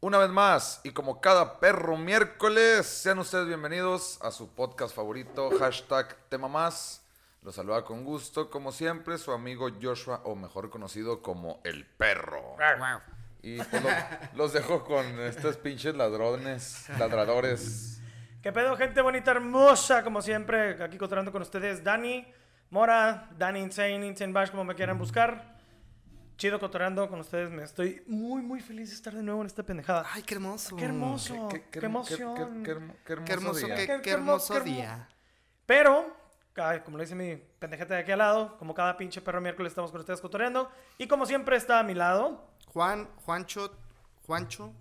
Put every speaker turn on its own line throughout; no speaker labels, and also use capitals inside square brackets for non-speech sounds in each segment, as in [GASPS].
Una vez más, y como cada perro miércoles, sean ustedes bienvenidos a su podcast favorito, hashtag tema más. Los saluda con gusto, como siempre, su amigo Joshua, o mejor conocido como el perro. Y pues,
[LAUGHS]
lo- los dejo con estos pinches ladrones, ladradores.
¿Qué pedo, gente bonita, hermosa? Como siempre, aquí contando con ustedes, Dani Mora, Dani Insane, Insane Bash, como me quieran buscar. Chido cotorreando con ustedes, me estoy muy, muy feliz de estar de nuevo en esta pendejada.
Ay, qué hermoso.
qué hermoso, qué,
hermo-
emoción.
qué- qué hermo- qué hermoso
Qué hermoso,
día.
Qué-
qué, qué
qué hermoso,
hermoso
qué hermo-
día.
Pero, ay, como le dice mi pendejete de aquí al lado, como cada pinche perro miércoles estamos con ustedes cotorreando. Y como siempre está a mi lado,
Juan, Juancho, Juancho,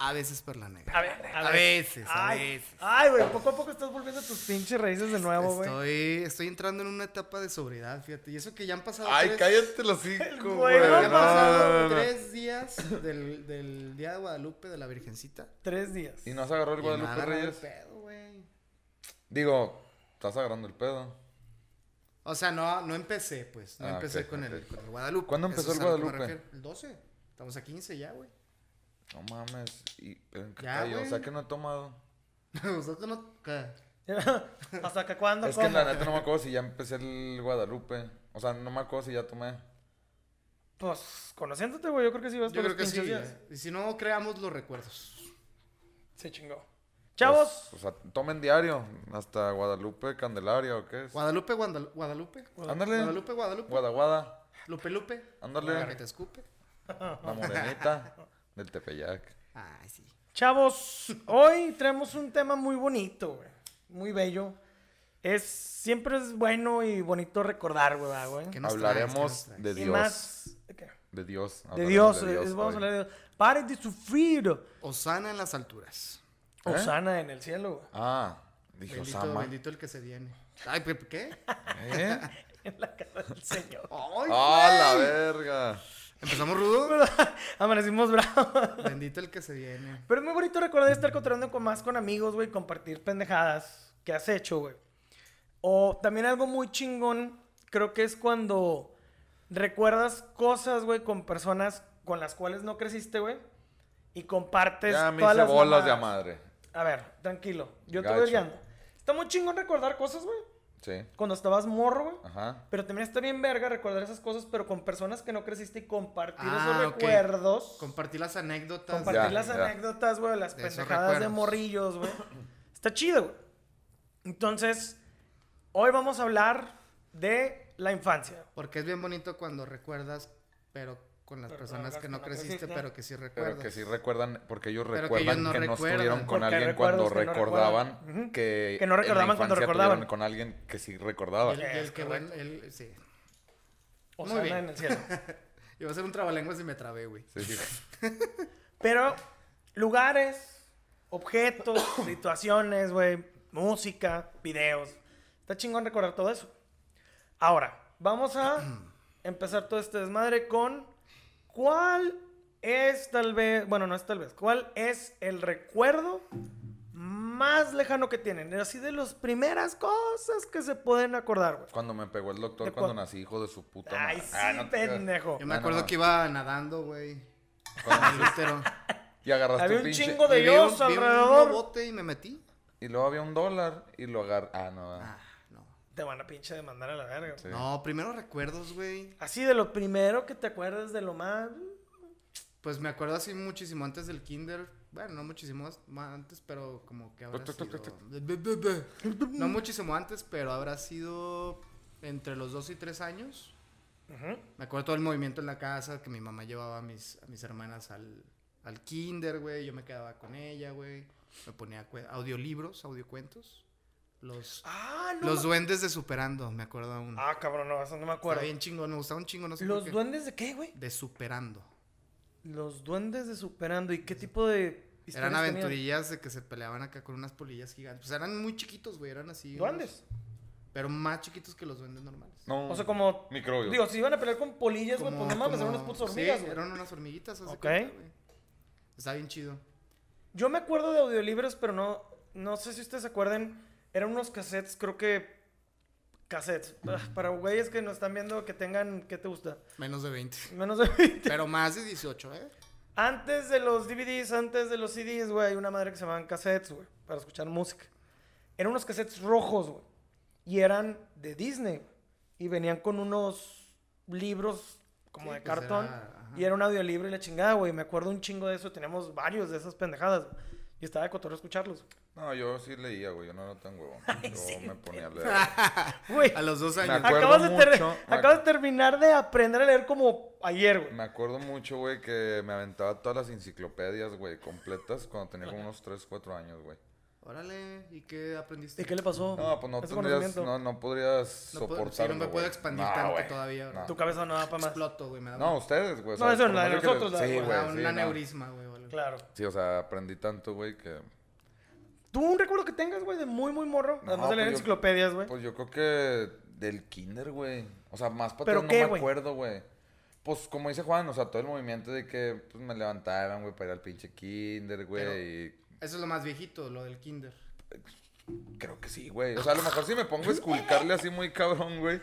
a veces perla negra.
a ver,
A veces, a
ay,
veces.
Ay, güey, poco a poco estás volviendo a tus pinches raíces de nuevo, güey.
estoy, estoy entrando en una etapa de sobriedad, fíjate. Y eso que ya han pasado
Ay,
tres,
cállate los cinco,
güey,
güey.
no
No,
ya
mames.
han
no,
pasado
no.
tres días del, del día de Guadalupe de la Virgencita.
Tres días.
¿Y no has agarrado el
Y me
Guadalupe
agarra el
Reyes?
pedo, güey.
Digo, estás agarrando el pedo.
O sea, no, no empecé, pues. No
Ah,
empecé
ok,
con,
ok.
El, con el Guadalupe.
¿Cuándo
Eso
empezó
es
el
a lo que me
Guadalupe?
refiero. El 12. Estamos a 15 ya, güey. [LAUGHS]
No mames. ¿Y pero en qué
Ya,
cayó? O
güey.
sea, que no he tomado.
Nosotros no... ¿qué?
[LAUGHS] ¿Hasta que cuándo?
es que
¿Cómo?
la neta no me acuerdo si ya empecé el Guadalupe. O sea, no me acuerdo si ya tomé.
Pues, conociéndote, güey, yo creo que sí vas
Yo
por los
creo que sí.
pinches días.
eh. Y si no, creamos los recuerdos.
Se chingó. Chavos.
Pues, o sea, tomen diario. Hasta Guadalupe, Candelaria o qué es.
Guadalupe, Guandal- Guadalupe.
Ándale.
Guadalupe, Guadalupe.
Guadaguada.
Lupe, Lupe.
Ándale.
La que te escupe.
La morenita del
[LAUGHS]
Tepeyac.
Ay, sí.
Chavos, hoy traemos un tema muy bonito, güey. Muy bello. Es, siempre es bueno y bonito recordar, güey, ¿verdad, güey.
¿Qué nos
Hablaremos
traes? ¿Qué nos traes?
de
Y
Dios.
más, ¿qué?
De Dios.
de
hablaremos
Dios, es- vamos a
hoy.
hablar de Dios. Paren de sufrir.
Osana en las alturas.
Osana en el cielo, güey. [LAUGHS]
Ah, dije
Bendito,
Osama.
bendito el que se viene. Ay, ¿qué? ¿qué? Ay,
[LAUGHS]
¿Eh?
En la cara del Señor. [LAUGHS]
¡Ah, la
güey.
verga!
Empezamos rudo.
Amanecimos bravos.
Bendito el que se viene.
Pero es muy bonito recordar estar encontrando con más con amigos, güey, compartir pendejadas que has hecho, güey. O también algo muy chingón, creo que es cuando recuerdas cosas, güey, con personas con las cuales no creciste, güey, y compartes
Ya me
todas
hice
las
bolas de a
mamadas.
madre.
A ver, tranquilo, yo te
Gacho.
voy guiando. Está muy chingón recordar cosas, güey,
Sí.
cuando estabas morro, güey.
Ajá.
Pero también está bien verga recordar esas cosas, pero con personas que no creciste y compartir
Ah,
esos
ok.
recuerdos.
Compartí las anécdotas.
Ya,
Compartir las
ya.
anécdotas, güey, las
De esos
pendejadas de
recuerdos.
morrillos,
[CLEARS THROAT]
güey. Está chido, güey. Entonces, hoy vamos a hablar de la infancia.
Porque es bien bonito cuando recuerdas, pero con las
Pero
personas
con
que
las
no
que no
creciste,
creciste.
pero que sí recuerdas.
Pero que sí recuerdan, porque ellos
Pero que
recuerdan que,
ellos no
no
recuerdan.
estuvieron con
Porque
alguien cuando
recuerdos que no
recordaban
recuerdan. Ujú.
que,
Que no
en la
recordaban cuando
infancia
recordaban.
tuvieron con alguien que sí recordaba.
Y el, y el
Es
que
correcto.
bueno, el, sí.
O
Muy
sea,
bien.
en el
[LAUGHS]
cielo.
Iba a ser un trabalenguas y me trabé, güey.
Sí, sí.
Pero lugares, objetos, [COUGHS] situaciones, güey, música, videos. Está chingón recordar todo eso. Ahora, vamos a empezar todo este desmadre con cuál es tal vez, bueno, no es tal vez, cuál es el recuerdo más lejano que tienen. Así de las primeras cosas que se pueden acordar, güey.
Cuando me pegó el doctor
¿De
cuando
cuándo?
nací, hijo de su puta madre.
Ay, sí,
Ah, no te creas.
pendejo.
Yo me
Ah,
acuerdo
no.
que iba nadando, güey.
Cuando
Al
nací-
útero.
y agarraste
Había un
pinche-
chingo de
Y vi un-
Dios
vi un
alrededor.
bote y me metí.
Y luego había un dólar y lo agarré. Ah, no.
Ah, no.
Te van a pinche demandar a la verga. güey.
Sí.
No, primero recuerdos, güey.
Así de lo primero que te acuerdas de lo más...
Pues me acuerdo así muchísimo antes del kinder. Bueno, no muchísimo as- ma- antes, pero como que habrá
Tuc, tuc,
sido...
tuc,
No muchísimo antes, pero habrá sido entre los dos y tres años.
Ujú.
Me acuerdo todo el movimiento en la casa, que mi mamá llevaba a mis, a mis hermanas al, al kinder, güey. Yo me quedaba con ella, güey. Me ponía cue- audiolibros, audiocuentos. Los,
Ah, no.
los
ma-
duendes de Superando, me acuerdo aún.
Ah, cabrón, no, eso no me
Estaba
acuerdo.
bien chingón, me gustaba un chingo, no sé por
¿Los
qué.
duendes de qué, güey?
De Superando.
Los duendes de Superando. ¿Y qué tipo de historias
Eran
tenían?
aventurillas de que se peleaban acá con unas polillas gigantes. Pues eran muy chiquitos, güey, eran así. unos-
¿Duendes?
Pero más chiquitos que los duendes normales.
No.
O sea, como...
Microbios.
Digo, si iban a pelear con polillas, güey,
Como-
pues no mames, eran
como-
unas putas hormigas,
Sí,
güey.
eran unas hormiguitas, hace
Ok.
cuenta, güey. Está bien chido.
Yo me acuerdo de audiolibros, pero no... No sé si ustedes se acuerdan. Eran unos cassettes, creo que... Cassettes. Ah, Para güeyes
[LAUGHS]
que nos están viendo que tengan... ¿Qué te gusta?
Menos de 20.
Menos de 20.
Pero más de 18, ¿eh?
Antes de los DVDs, antes de los CDs, güey, hay una madre que se llamaban cassettes, güey, para escuchar música. Eran unos cassettes rojos, güey. Y eran de Disney, güey. Y venían con unos libros como
Sí,
de
pues
cartón.
era- ajá.
y era un audiolibro y la chingada, güey. Me acuerdo un chingo de eso. Teníamos varios de esas pendejadas, güey. Y estaba de cotorreo escucharlos.
No, yo sí leía, güey. Yo no era tan huevón. Yo me ponía a leer.
Güey, [LAUGHS]
A los dos
Me
años.
acuerdo
acabas, de ter-
mucho-
acabas de terminar de aprender a leer como ayer, güey.
Me acuerdo mucho, güey, que me aventaba todas las enciclopedias, güey, completas cuando tenía como unos 3, 4 años, güey.
Órale, ¿y qué aprendiste?
¿Y qué le pasó?
No, pues no
Ese
tendrías,
conocimiento.
no, no podrías
No puedo- sí, no me
soportarlo,
puedo
güey.
expandir
No,
tanto
güey,
todavía,
no.
¿verdad?
Tu cabeza no da para más.
Exploto, güey. Me da
No, ustedes, güey. o
No,
sea,
eso es
por
la de
más que
nosotros,
les-
la de-
Sí,
me da
güey,
un
sí, no.
aneurisma, güey. o algo.
Claro.
Sí, o sea, aprendí tanto, güey, que...
¿Tú un recuerdo que tengas, güey, de muy, muy morro?
No,
Además de leer
pues yo-
enciclopedias, güey.
Pues yo creo que del kinder, güey. O sea, más para
¿Pero
atrás
qué,
no me
güey?
acuerdo, güey. Pues como dice Juan, o sea, todo el movimiento de que pues, me levantaran, güey, para ir al pinche kinder, güey. y
Eso es lo más viejito, lo del kinder.
Creo que sí, güey. O sea, a lo mejor si me pongo a esculcarle así muy cabrón, güey.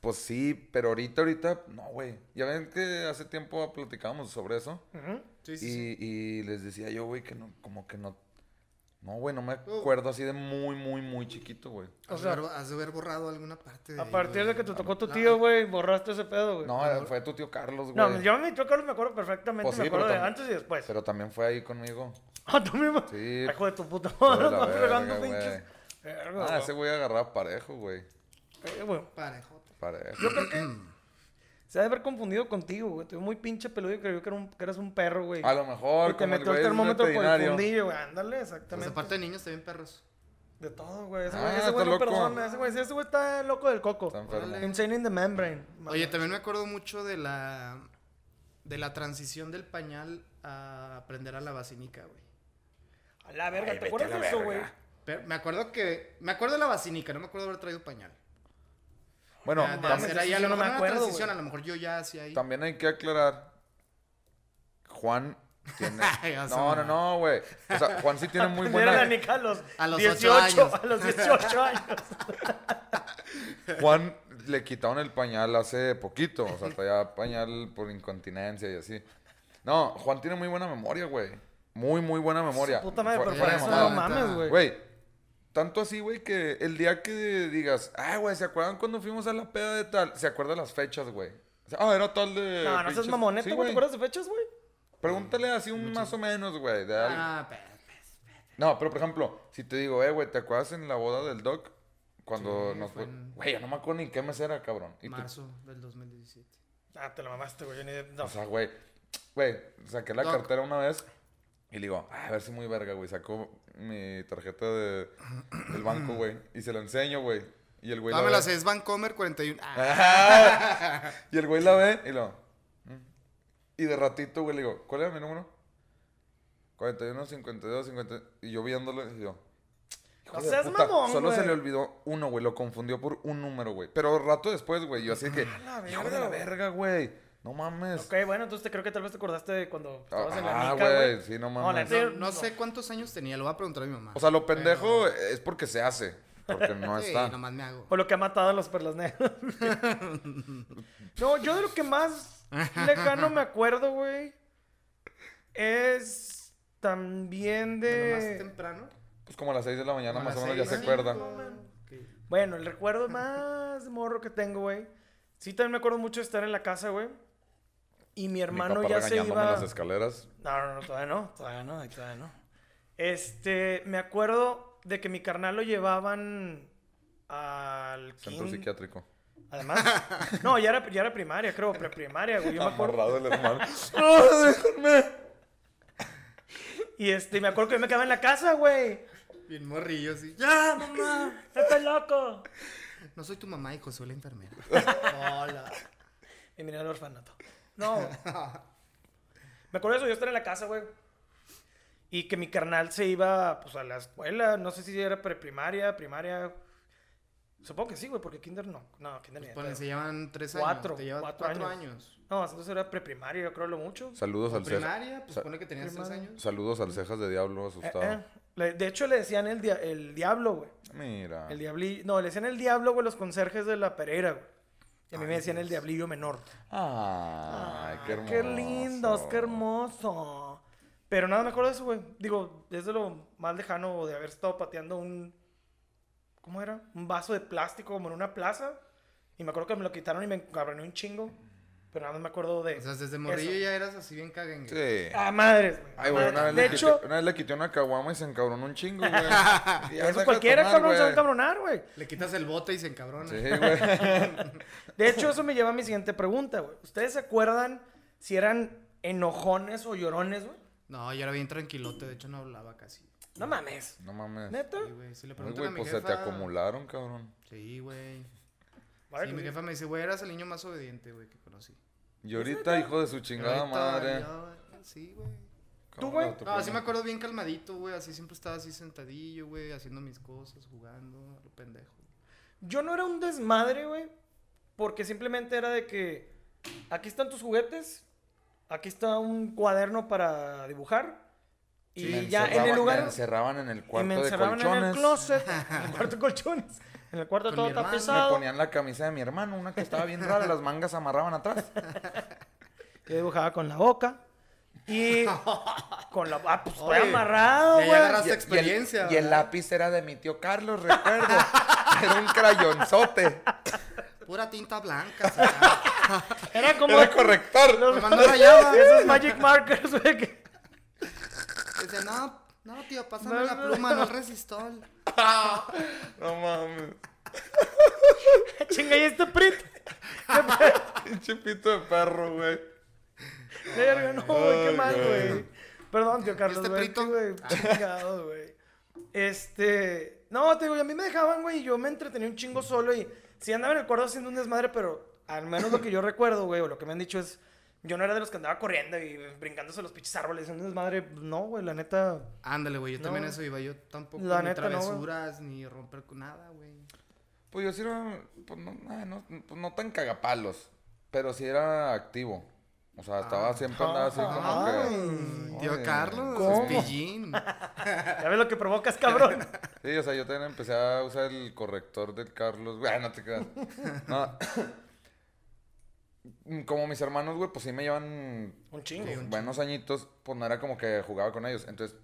Pues sí, pero ahorita, ahorita, no, güey. Ya ven que hace tiempo platicábamos sobre eso.
Ujú.
Sí, sí, sí.
Y, y les decía yo, güey, que no, como que no. No, güey, no me acuerdo así de muy, muy, muy chiquito, güey.
O
Has,
sea-
de haber, has de haber borrado alguna parte de
A
ahí,
partir
güey.
de que te tocó tu
La-
tío, güey, borraste ese pedo, güey.
No, eh, fue tu tío Carlos, güey.
No, yo me tío Carlos me acuerdo perfectamente,
Pues sí,
me acuerdo
pero
de
tam-
antes y después.
Pero también fue ahí conmigo.
[LAUGHS] Ah, tú mismo.
Sí.
Hijo de tu puta
Fue de
madre,
la
[LAUGHS] vas
verga,
regando
güey.
pinches. Verga,
Ah,
güey.
ese güey agarraba parejo, güey.
Eh, güey.
Parejote. Pues,
Parejo.
Se ha de haber confundido contigo, güey. Te vi muy pinche peludo y creyó que, era un- que eras un perro, güey.
A lo mejor,
Y te
como el
metió
güey
el
es
termómetro por el
veterinario.
fundillo, güey. Ándale,
Pues
exactamente.
aparte de niños, también perros.
De todo, güey. Ese
Ah,
güey, ese
está
güey no
loco.
perdona. Ese güey, ese güey está loco del coco.
Está enfermo.
Órale.
Insane in the membrane.
Oye, también me acuerdo mucho de la de la transición del pañal a aprender a la vacinica, güey.
A la verga,
Ay,
¿te
vete
acuerdas
a la
de eso,
verga.
güey?
Pero me acuerdo que me acuerdo de la vacinica, no me acuerdo de haber traído pañal.
Bueno,
Ah, de
tam-
mames,
hacer ahí
eso
a
sí
lo
no me
mejor una
acuerdo,
transición,
güey.
a lo mejor yo ya hacía ahí.
También hay que aclarar. Juan tiene.
Ay, vas
no,
a
no,
mamar.
no, güey. O sea, Juan sí
[LAUGHS]
tiene muy
Aprender a la
buena.
nica a los,
A los ocho
18,
años.
A los 18
[LAUGHS]
años.
Juan le quitaron el pañal hace poquito. O sea, traía pañal por incontinencia y así. No, Juan tiene muy buena memoria, güey. Muy, muy buena memoria.
Su puta madre,
Fu-
pero
fuera
para
de
eso
mamada.
no mames, güey.
Güey, tanto así, güey, que el día que digas, ah, güey, ¿se acuerdan cuando fuimos a la peda de tal? Se acuerdan las fechas, güey. O sea, ah, era tal de.
No, no seas
pinches-
mamoneta,
Sí,
güey. ¿Te acuerdas de fechas, güey?
Pregúntale así un más o menos, güey. de algo.
Ah, pero-
No, pero por ejemplo, si te digo, eh, güey, ¿te acuerdas en la boda del Doc? Cuando
Sí,
nos
fue
fue.
en-
Güey, yo no me acuerdo ni en qué mes era, cabrón. Y tú-
marzo del 2017.
Ah, te lo mamaste, güey. Yo ni de... no.
O sea, güey, güey, saqué la
Doc.
cartera una vez y le digo, "Ah, a ver si muy verga, güey. Saco mi tarjeta de, del banco, güey, y se la enseño, güey. Y el güey la
Dámela,
ve.
es Vancomer 41. Ah,
Y el güey la ve y lo. "Mm". Y de ratito, güey, le digo, ¿cuál era mi número? 41, 52, 50. Y yo viéndolo, y yo. "Hijo
No
de
seas
puta,
mamón,
Solo se
güey.
le olvidó uno, güey. Lo confundió por un número, güey. Pero rato después, güey, yo así que.
la
Hijo de
verga,
la
güey".
verga, güey. No mames.
Ok, bueno, entonces te creo que tal vez te acordaste de cuando estabas en la
Ah,
nica,
güey.
güey.
Sí, no
No, la
mames.
neta, yo
no, no sé cuántos años tenía, lo voy a preguntar a mi mamá.
O sea, lo pendejo es porque se hace. Porque no
[LAUGHS] Sí,
está. Pues,
nomás me hago.
O lo que ha matado a los perlas
[LAUGHS]
negras. no, yo de lo que más lejano me acuerdo, güey, es también
Pero más
de...
temprano.
Pues como a las 6 de la mañana,
como a
más o
las
menos ya se
seis,
acuerda.
cinco, ok.
Bueno, el recuerdo más morro que tengo, güey. Sí, también me acuerdo mucho de estar en la casa, güey. Y mi
Mi
hermano
papá
ya se
regañándome en
iba...
las escaleras.
No, no, no, todavía no, todavía no, todavía no. Este, me acuerdo de que mi carnal lo llevaban al
Centro
kin-
psiquiátrico.
Además, no, ya era, ya era primaria, creo, preprimaria, güey. Yo me acuerdo.
Amarrado el
[LAUGHS]
hermano.
¡No, déjenme! Y este, me acuerdo que yo me quedaba en la casa, güey.
Bien morrillo, así. ¡Ya, mamá!
¡No estás loco!
No soy tu mamá, hijo, soy
[LAUGHS]
la enfermera. Hola.
Bienvenido al orfanato. No. güey. Me acuerdo de eso, yo estaba en la casa, güey. Y que mi carnal se iba, pues, a la escuela. No sé si era preprimaria, primaria. Supongo que sí, güey, porque kinder no. No, kinder ni de
Ponen,
pedo.
Pues se llevan tres
Cuatro,
años. Te llevan
cuatro
cuatro,
años.
años.
No, entonces era preprimaria, yo creo lo mucho.
Saludos
O
al Cejas.
primaria, pues
Sa-
pone que tenías
primaria.
tres años.
Saludos al Cejas de Diablo
Eh,
asustado.
eh. Le- De hecho, le decían el, dia- el diablo, güey.
Mira.
El diablillo. No, le decían el diablo, güey, los conserjes de la Pereira, güey. Y a mí me decían el diablillo menor.
Ay, qué hermoso.
Qué lindos, qué hermoso. Pero nada, me acuerdo de eso, güey. Digo, es de lo más lejano de haber estado pateando un. ¿Cómo era? Un vaso de plástico como en una plaza. Y me acuerdo que me lo quitaron y me encabroné un chingo. Pero nada más me acuerdo de.
O sea, desde morrillo
eso.
ya eras así bien caguengue.
Sí.
Ah, madres, güey.
Ay, güey, una
Madres.
vez,
de
le
hecho,
quité, una vez le quité una caguama y se encabronó un
[LAUGHS]
chingo, güey. Ya deja
eso
de
cualquiera,
tomar,
cabrón, se va a
güey.
encabronar, güey.
Le quitas el bote y se encabrona.
Sí,
[LAUGHS]
güey. [LAUGHS]
De hecho, eso me lleva a mi siguiente pregunta, güey. ¿Ustedes se acuerdan si eran enojones o llorones, güey?
No, yo era bien tranquilote, de hecho no hablaba casi.
No mames.
No mames.
¿Neta?
Sí, güey, si le
Ay,
preguntan a
güey,
mi
pues se
jefa...
te acumularon, cabrón.
Sí, güey.
Vaya
Sí,
que
mi
sí.
jefa me dice, güey, eras el niño más obediente, güey, que conocí.
Y ahorita, hijo de su chingada
Ahorita
madre.
valió- Sí, güey.
¿Tú,
Cabrón,
güey?
tu
No, sí
primo.
me acuerdo bien calmadito, güey. Así siempre estaba así sentadillo, güey, haciendo mis cosas, jugando, a lo pendejo.
Yo no era un desmadre, güey. Porque simplemente era de que aquí están tus juguetes, aquí está un cuaderno para dibujar. Y
Me
ya en el
encerraban-
lugar.
Me encerraban en el cuarto
y me
de
encerraban
colchones.
en el closet. En
[LAUGHS]
el cuarto de colchones. En el cuarto
Con
todo
mi hermano.
Me
tapizado.
ponían la camisa de mi hermano, una que estaba bien rara, las mangas se amarraban
[LAUGHS]
atrás.
Yo dibujaba con la boca.
[LAUGHS]
Y. con la. Ah, pues estoy
Oye,
amarrado,
ya
güey.
agarraste- Hasta
el-
experiencia,
y el,
¿verdad?
lápiz era de mi tío Carlos, recuerdo. [LAUGHS] era un crayonzote.
Pura tinta blanca, sacaba.
Era como.
Era corrector.
Armando
[LAUGHS]
rayaba.
Esos Magic Markers, güey. que-
Dice, no, no, tío, pásame
No, no,
la pluma, no el resistol.
No mames.
Chinga, y este print.
Pinche pito de perro, güey.
Verga, no, güey, qué
Ay,
mal,
güey.
güey. Perdón, tío Carlos,
Este
güey. [LAUGHS]
prito.
güey, chingado, güey. Este, no, te digo, y a mí me dejaban, güey, y yo me entretenía un chingo solo y sí andaba en el cuarto haciendo un desmadre, pero al menos lo que yo [LAUGHS] recuerdo, güey, o lo que me han dicho es yo no era de los que andaba corriendo y brincándose los pinches árboles, haciendo un desmadre, no, güey, la neta.
Ándale, güey, yo
No,
también
güey.
eso iba. Yo tampoco
La
ni
neta, no, güey.
travesuras, ni romper con nada, güey.
Pues yo sí era. Pues no, ay, no, pues no tan cagapalos. Pero sí era activo. O sea, estaba
Ah,
siempre andaba así como
Ay,
que.
tío
Ay,
Carlos,
¿cómo?
pillín.
Ya ves lo que [LAUGHS] provocas, cabrón.
Sí, o sea, yo también empecé a usar el corrector del Carlos, güey, Ah, no te creas. No. Como mis hermanos, güey, pues sí me llevan
Un chingo.
pues, buenos añitos, pues no era como que jugaba con ellos. Entonces,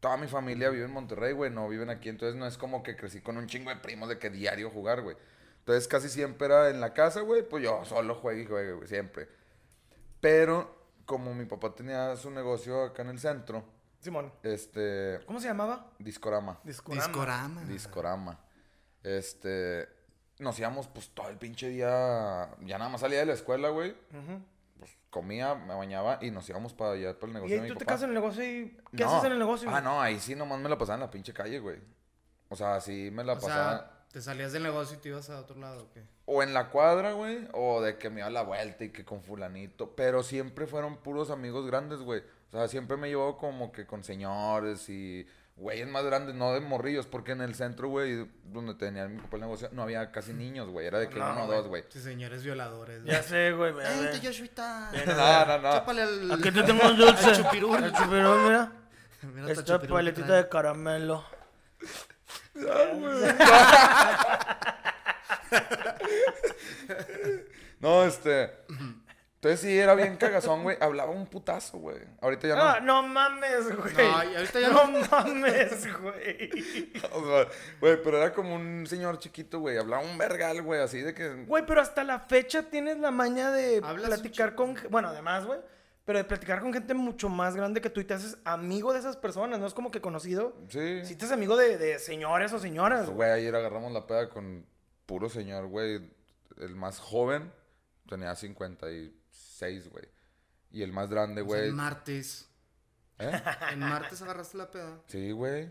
toda mi familia vive en Monterrey, güey, no viven aquí. Entonces, no es como que crecí con un chingo de primos de que diario jugar, güey. Entonces, casi siempre era en la casa, güey, pues yo solo juegue y juegue, güey, siempre. Pero, como mi papá tenía su negocio acá en el centro,
Simón,
este,
¿cómo se llamaba?
Discorama.
Discorama.
Discorama.
Discorama. Este. Nos íbamos, pues, todo el pinche día. Ya nada más salía de la escuela, güey.
Ujú.
Pues comía, me bañaba y nos íbamos para allá, para el
Y
negocio de mi
ahí tú te
papá.
casas en el negocio y ¿qué
No.
haces en el negocio?
Ah,
güey?
no, ahí sí nomás me la pasaba en la pinche calle, güey. O sea, sí me la
O
pasaba.
sea, te salías del negocio y te ibas a otro lado, ¿o qué?
O en la cuadra, güey, o de que me iba a la vuelta y que con fulanito. Pero siempre fueron puros amigos grandes, güey. O sea, siempre me llevaba como que con señores y güeyes más grandes, no de morrillos. Porque en el centro, güey, donde tenía mi papá el negocio, no había casi niños, güey. Era de que
No,
uno o dos, güey.
Sí, señores violadores.
Ya sé, güey. güey,
Vente,
güey.
Joshuita.
[LAUGHS] No, Ah, no, no.
Chápale al.
Aquí te tengo un dulce.
al chupirul.
El chupirul, mira.
[LAUGHS] Mira hasta
Esta
chupirul que
paletita
trae.
de caramelo. [LAUGHS]
No, este. Entonces sí, era bien cagazón, güey. Hablaba un putazo, güey. Ahorita ya no.
Ah, no mames, güey.
No, y ahorita ya
no. mames, güey.
[LAUGHS] O sea, güey, pero era como un señor chiquito, güey. Hablaba un vergal, güey, así de que.
Güey, pero hasta la fecha tienes la maña de
Hablas un
platicar con. ge- Bueno, además, güey. Pero de platicar con gente mucho más grande que tú y te haces amigo de esas personas. No es como que conocido.
Sí.
Si te haces amigo de, de señores o señoras, güey.
Pues, Güey, ayer agarramos la peda con puro señor, güey. El más joven tenía 56, güey. Y el más grande,
O sea,
güey.
En martes.
¿Eh?
En martes agarraste la peda.
Sí, güey.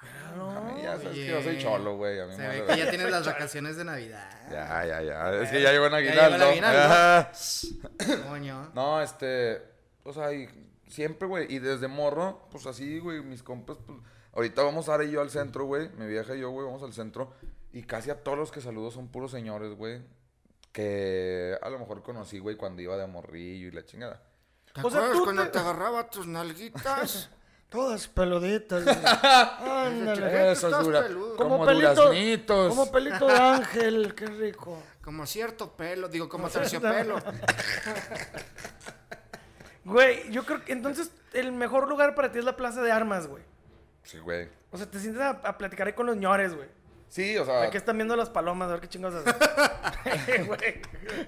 A mí
No.
ya sabes que
oye.
yo soy cholo, güey. A mí
Se
me
ve
vale
que ya
ver.
[LAUGHS]
tienes las vacaciones de Navidad.
Ya, ya, ya. Es que ya llegó en
Ya llegó el
aguinaldo.
aguinaldo.
Ajá.
Coño.
No, este. O sea, y siempre, güey. Y desde morro, pues así, güey, mis compas, pues. Ahorita vamos Ara y yo al centro, güey. Mi vieja y yo, güey, vamos al centro. Y casi a todos los que saludo son puros señores, güey. Que a lo mejor conocí, güey, cuando iba de morrillo y la chingada.
¿Te
O sea,
acuerdas
tú
cuando
te-
te agarraba tus nalguitas?
Todas peluditas.
[LAUGHS]
güey. Ándale.
Chale,
Eso es
estás
dura.
peludo.
Como,
Como pelito-
duraznitos.
Como pelito de ángel, qué rico.
Como cierto pelo, digo, como terciopelo.
Güey, yo creo que entonces el mejor lugar para ti es la plaza de armas, güey.
Sí, güey.
O sea, te sientes a, a platicar ahí con los ñores, güey.
Sí, o
Ah.
sea.
Aquí están viendo las palomas, a ver qué chingados hacen. [LAUGHS] Güey.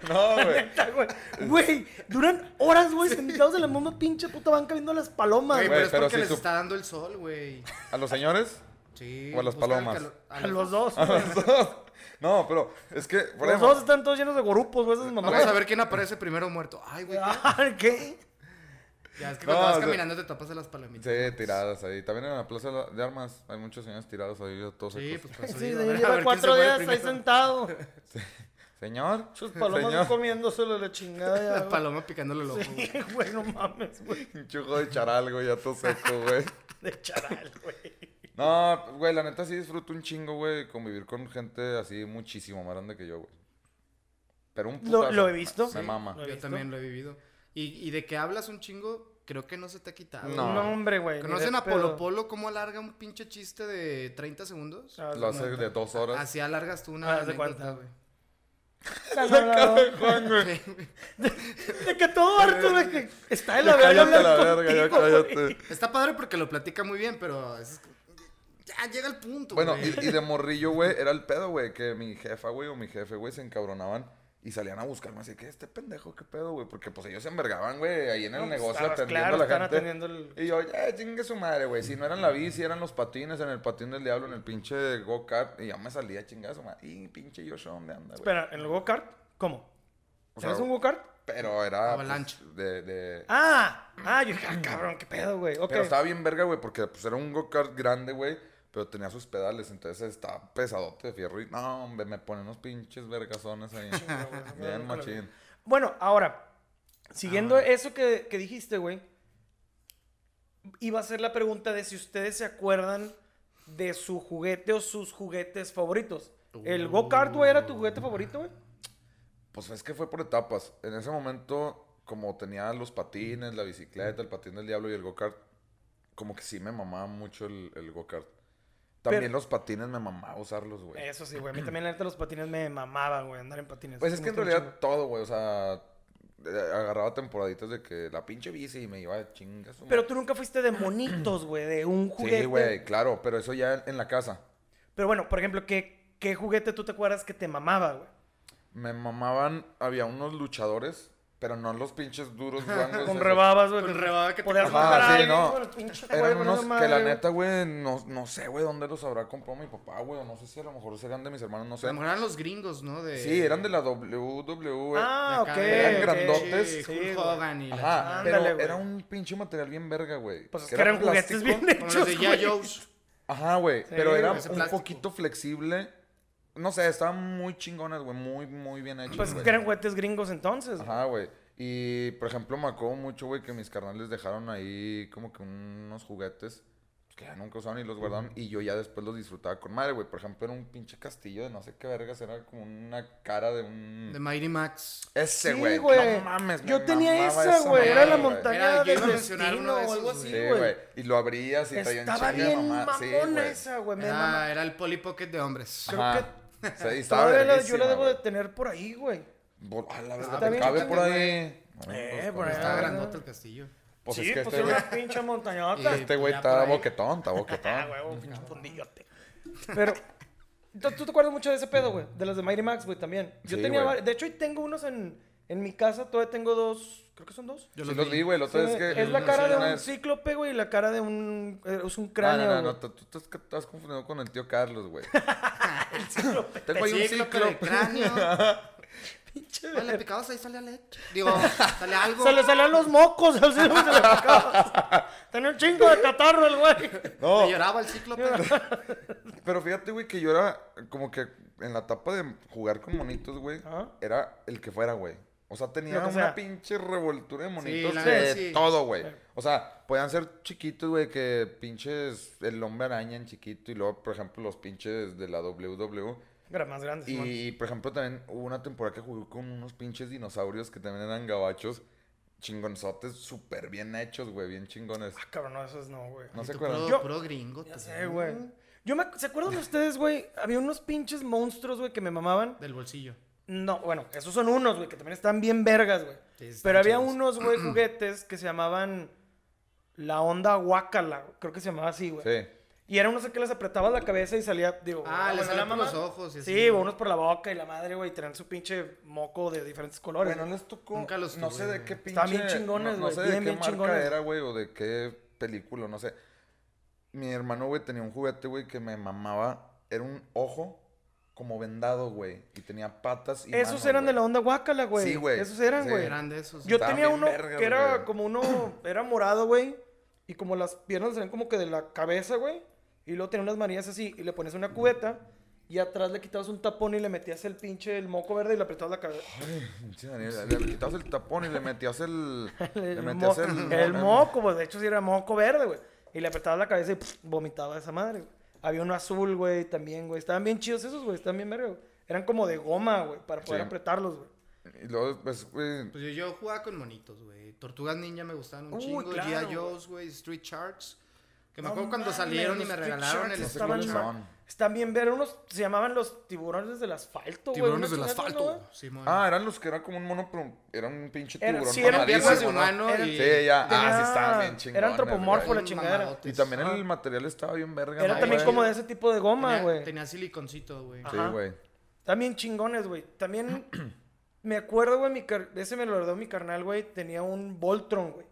No,
La [LAUGHS]
güey.
neta, güey. Güey, duran horas, güey, sentados en la misma pinche puta banca viendo las palomas,
Güey,
güey.
pero es
pero
porque
si
les
su-
está dando el sol, güey.
¿A los señores?
Sí.
O a las
buscan
palomas.
calor-
A
las-
los dos. güey.
[LAUGHS] No, pero es que, por
Los
ejemplo,
dos están todos llenos de gorupos, güey, esas
Vamos a
mamadas.
ver quién aparece primero muerto. Ay, güey.
[LAUGHS] Ah, ¿Qué?
Ya es que
No,
cuando vas
o sea-
caminando te tapas de las palomitas.
sí, tiradas ahí. También en la plaza de armas hay muchos señores tirados ahí, yo todos
Sí,
acos-
pues por eso
Sí,
digo, a
señor,
ver- a ver
lleva
quién
cuatro
se muere
días ahí
primero.
sentado.
Señor,
Sus palomas
señor,
comiéndoselo la chingada. ya,
[LAUGHS]
[LAUGHS]
La
güey.
paloma picándole el ojo. güey.
Sí, güey, no mames, güey.
[LAUGHS] chujo de charal, güey, ya todo seco, güey.
De charal, güey.
No, pues, güey, la neta sí disfruto un chingo, güey, convivir con gente así muchísimo más grande que yo, güey. Pero un
Lo-
putazo.
lo he visto.
Me, me
Sí,
mama.
lo he
Yo
visto.
también lo he vivido. Y, y de que hablas un chingo, creo que no se te ha quitado.
No.
No, hombre, güey. ni
¿Conocen
de
a Polo
pedo.
Polo cómo alarga un pinche chiste de 30 segundos?
Ah, [LAUGHS]
Lo hace de dos horas.
Así alargas tú
Ah,
una
haz de
anécdota,
cuenta.
güey.
La
[LAUGHS]
cara de Juan, güey. De que todo harto, güey. que Está en la verga.
Cállate la
hablar
verga, ya
contigo, güey.
cállate.
Está padre porque lo platica muy bien, pero es- ya llega el punto,
Bueno,
güey.
y, y de morrillo, güey, era el pedo, güey, que mi jefa, güey, o mi jefe, güey, se encabronaban y salían a buscarme así, que este pendejo, qué pedo, güey, porque pues ellos se envergaban, güey, ahí en el
No, pues,
negocio
estabas,
atendiendo
claro,
a la
están
gente.
atendiendo el-
Y yo, ya, chingue su madre, güey, si no eran la bici, eran los patines, en el patín del diablo, en el pinche go-kart, y ya me salía chingada su madre, y pinche Joshua, ¿dónde anda, güey?
Espera, ¿en el go-kart? ¿Cómo?
O sea,
¿Tienes un go-kart?
Pero era...
Avalancha.
pues, de... de-
Ah, ah, yo dije, ah, cabrón, qué pedo, güey. Ok.
Pero estaba bien verga, güey, porque pues era un go-kart grande, güey. Pero tenía sus pedales, entonces estaba pesadote de fierro y no, hombre, me ponen unos pinches vergazones ahí. bien machín.
Bueno, ahora,
Ah.
siguiendo eso que, que dijiste, güey, iba a ser la pregunta de si ustedes se acuerdan de su juguete o sus juguetes favoritos. ¿El go-kart, güey, era tu juguete favorito, güey?
Pues es que fue por etapas. En ese momento, como tenía los patines, la bicicleta, el patín del diablo y el go-kart, como que sí me mamaba mucho el, el go-kart. También
Pero- Eh,
los patines me mamaba usarlos, güey.
Eso sí, güey. A mí también, la neta, los patines me mamaba, güey, andar en patines.
Pues es
Me
que en
gusta
realidad todo, güey, o sea, eh, agarraba temporaditas de que la pinche bici y me iba de chingas.
mucho. Pero tú nunca
[CLEARS THROAT]
fuiste de monitos, güey, de un juguete.
Sí, güey, claro, pero eso ya en- en la casa.
Pero bueno, por ejemplo, ¿qué, qué juguete tú te acuerdas que te mamaba, güey?
Me mamaban, había unos luchadores, pero no los pinches
[LAUGHS]
duros blancos.
Con
esos.
rebabas, güey.
Pues Con rebaba que te
podías
Ajá,
matar a
sí,
alguien,
no.
güey, el pinche güey,
Eran
con
unos
esa
que la
madre, güey.
neta, güey, no, no sé, güey, dónde los habrá comprado mi papá, güey, o no sé si a lo mejor serán de mis hermanos, no
A
sé.
lo mejor eran los gringos, ¿no? De,
Sí, eran de la E. WWE.
Ah,
de
ok.
acá,
Eran
ok.
grandotes.
Sí,
Sí,
Hulk
güey.
Hogan y la
Ajá,
ándale,
pero
güey.
era un pinche material bien verga, güey.
Pues es
que
que
era
eran
plástico.
juguetes bien
chingada. Como los
hechos,
de
güey.
G.I. Joe's.
Ajá, güey,
Sí,
pero era
güey, ese
un
plástico.
poquito flexible. No sé, estaban muy chingonas, güey, muy, muy bien hechos.
Pues es
güey.
que eran juguetes gringos entonces. güey.
Ajá, güey. Y, por ejemplo, me acuerdo mucho, güey, que mis carnales dejaron ahí como que unos juguetes pues, que ya nunca usaban y los guardaban. Y yo ya después los disfrutaba con madre, güey. Por ejemplo, era un pinche castillo de no sé qué vergas. Era como una cara de un...
De Mighty Max.
Ese,
Sí,
güey.
güey.
No mames, me
Yo tenía
mamaba
esa, güey. Era la
madre, güey.
montaña
Mira, yo iba
del
a mencionar
destino
uno de
o algo
esos,
así,
Sí,
güey.
güey. Y lo abrías y traía un
Estaba
chingo de
bien
mamá. Sí,
mamona
güey.
esa, güey. Me mamaba.
Era, era el Polly Pocket de hombres.
creo
Ajá. Sí, estaba
Todavía la- yo
verguísima,
la debo
güey.
de tener por ahí, güey.
Bo- A la
Está
verdad, te
bien
cabe
grande,
por ahí.
Eh,
No, pues,
por
está
ahí.
Estaba
Ah.
grande.
grandote el castillo.
Pues
sí,
es que
pues
este
era
güey...
una pinche montañota.
Este güey
Ya por
está
ahí.
boquetón, está
Ah, [LAUGHS]
boquetón.
güey, un pinche fundillote. Pero, ¿tú, tú te acuerdas mucho de ese pedo, güey? De los de Mighty Max, güey, también. Yo
Sí,
tenía
güey.
vari- De hecho, ahí tengo unos en, en mi casa. Todavía tengo dos. Creo que son dos.
Yo los vi, güey. La otra
Sí,
vez Pues que.
es la
no
cara
sé,
de
una
un
vez-
cíclope, güey, y la cara de un... eh, Es un
No,
cráneo,
no, no,
güey.
no, tú tú estás, estás confundido con el tío Carlos, güey.
El
[LAUGHS] Tengo ahí un
cíclope del
cíclope. [LAUGHS]
cráneo.
Pinche
Oye, le
verga.
picabas ahí sale leche. Digo,
[LAUGHS]
sale algo.
Se le salían los mocos, [LAUGHS] al cíclope se le picaba. Tenía un chingo de catarro el güey.
No,
Le lloraba el cíclope.
pero fíjate, güey, que yo era como que en la etapa de jugar con monitos, güey,
Ajá.
era el que fuera, güey. O sea, tenía
Lo que
una
sea.
pinche revoltura de monitos
la
de
neta, sí.
todo, güey. O sea, podían ser chiquitos, güey, que pinches el hombre araña en chiquito y luego, por ejemplo, los pinches de la E, WW.
Era más grande, Simón.
Y por ejemplo, también hubo una temporada que jugué con unos pinches dinosaurios que también eran gabachos. chingonzotes súper bien hechos, güey, bien chingones.
Ah, cabrón, no, esos no, güey.
[LAUGHS]
No se
Tú
acuerdan.
Puro,
Yo-
puro gringo.
Ya
tú,
sé, güey. Yo me, ¿Se acuerdan ustedes, güey? Había unos pinches monstruos, güey, que me mamaban.
Del bolsillo.
No, bueno, esos son unos, güey, que también están bien vergas, güey.
Sí, están
Pero había
chidos.
unos, güey, [CLEARS THROAT] juguetes que se llamaban la onda guacala, creo que se llamaba así, güey.
Sí.
Y era uno que les apretabas la cabeza y salía, digo,
Ah,
bueno,
les
la
salían por
mamá-
los ojos y así,
Sí,
¿no?
unos por la boca y la madre, güey, y tenían su pinche moco de diferentes colores.
Bueno,
güey.
les tocó.
Nunca los
no
tuve,
sé de
güey.
qué pinche.
Estaban bien chingones,
no-
güey,
No, sé de
bien,
qué
bien
marca
chingones.
era, güey, o de qué película, no sé. Mi hermano, güey, tenía un juguete, güey, que me mamaba. Era un ojo como vendado, güey. Y tenía patas y.
Esos
manos,
eran de
güey.
la onda guacala, güey.
Sí, güey.
Esos eran,
Sí.
güey.
Eran de esos.
Yo
Estaban
tenía
bien
uno
vergas,
que era
güey.
como uno, era morado, güey. Y como las piernas salían como que de la cabeza, güey. Y luego tenía unas manillas así y le ponías una cubeta. Y atrás le quitabas un tapón y le metías el pinche el moco verde y le apretabas la cabeza.
Sí, Daniel, le quitabas el tapón y le metías el. le
[LAUGHS] El,
metías
mo-
el. [LAUGHS]
el moco, pues de hecho sí era moco verde, güey. Y le apretabas la cabeza y pff, vomitaba esa madre, güey. Había uno azul, güey, también, güey. Estaban bien chidos esos, güey. Estaban bien verga, güey. Eran como de goma, güey, para poder
Sí.
apretarlos, güey.
Y luego, pues, güey.
Pues yo, yo jugaba con monitos, güey. Tortugas Ninja me gustaban un
Uy,
chingo.
claro,
G.I.
güey.
Joe's, güey. Street Sharks. Que me
No
acuerdo cuando
mames,
salieron y
los
me
Street
regalaron
Sharks
el
Street
estaban
Street
Sharks.
ma-
Shark.
Simón.
Están bien ver unos se llamaban los tiburones del asfalto, güey.
Tiburones del
una chingada, ¿no,
asfalto.
güey?
Simón.
Ah, eran los que era como un mono, pero era un pinche
Era-
tiburón.
sí, eran
mamadísimo,
piernas de
¿no?
humano
Sí,
y-
ya. Ah, sí,
Tenía-
estaban bien chingones.
Eran
güey.
antropomorfo la
Eran
chingadera.
mamadotes.
Y también
Ajá.
el material estaba bien verga.
Era
¿no,
también
güey?
como de ese tipo de goma,
Tenía-
güey. Ah.
Tenía siliconcito, güey.
Sí,
Ajá.
güey.
Están bien chingones, güey. También me acuerdo, güey, mi car- ese me lo heredó mi carnal, güey. Tenía un Voltron, güey.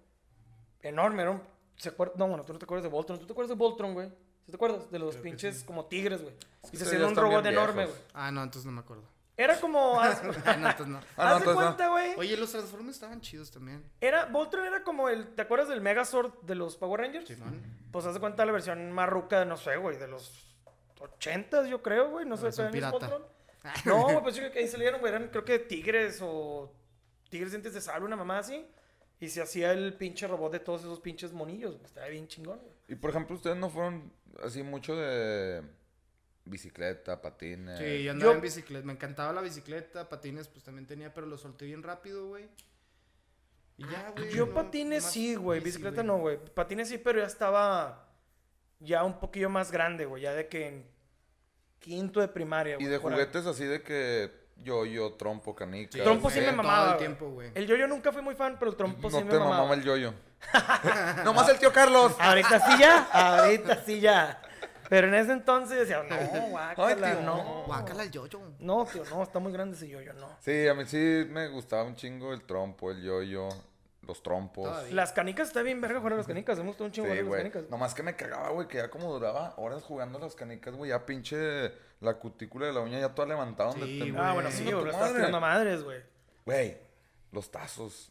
Enorme, era un... ¿Se acuer- No, bueno, tú no te acuerdas de Voltron. ¿Tú te acuerdas de Voltron, güey? ¿Sí te acuerdas? De los pinches como tigres, güey. Y
que
se
ustedes
hacía
ya
un
están
robot
bien
enorme,
viejos.
güey.
Ah, no, entonces no
[LAUGHS]
me acuerdo. [LAUGHS]
Era como... [LAUGHS] Haz,
Ah, no, entonces no.
Ah, no,
haz de
entonces no.
cuenta, güey.
Oye, los Transformers estaban chidos también.
Era, Voltron era como el... ¿Te acuerdas del Megazord de los Power Rangers?
Simón.
Pues haz de cuenta la versión marruca de, no sé, güey, de los 80 yo creo, güey. No sé,
versión
¿todavía no es
pirata. [LAUGHS] Ah,
Voltron? No, güey, pues yo creo que ahí salieron, güey. Eran, creo que tigres o tigres dientes de sal, una mamá así. Y se hacía el pinche robot de todos esos pinches monillos. güey. Estaba bien chingón, güey.
Y por ejemplo, ustedes no fueron así mucho de bicicleta, patines.
Sí, yo andaba
Eh, Yo-
en bicicleta. Me encantaba la bicicleta. Patines, pues también tenía, pero lo solté bien rápido, güey. Y ya, güey.
Ah, Yo
no-
patines
nomás
sí, güey.
bici,
Bicicleta no, güey. Patines sí, pero ya estaba ya un poquillo más grande, güey. Ya de que en quinto de primaria,
Y
güey.
de
por ahí.
juguetes así de que yo, yo, trompo, canica.
Sí,
Trompo
güey,
sí me
todo
mamaba.
el
güey.
tiempo, güey.
El yo-yo nunca fui muy fan, pero el trompo
No
sí
te
me mamaba.
mamaba el yoyo. [LAUGHS] Nomás el tío Carlos.
[LAUGHS] Ahorita sí ya, ahorita sí ya. Pero en ese entonces decía, no, guácala,
Ay, tío,
no.
Guácala el yo-yo.
No, tío, no, está muy grande ese yo-yo, no.
Sí, a mí sí me gustaba un chingo el trompo, el yoyo, los trompos.
Todavía.
Las canicas, está bien verga jugar a las canicas, hemos gustó un chingo
Sí,
jugar a las
güey.
canicas.
Nomás que me cagaba, güey, que ya como duraba horas jugando a las canicas, güey, ya pinche la cutícula de la uña ya toda levantada. donde
Sí,
te-
güey.
Ah, bueno, sí,
Chinga tu
güey, estás
madre.
tirando madres, güey.
Güey, los tazos.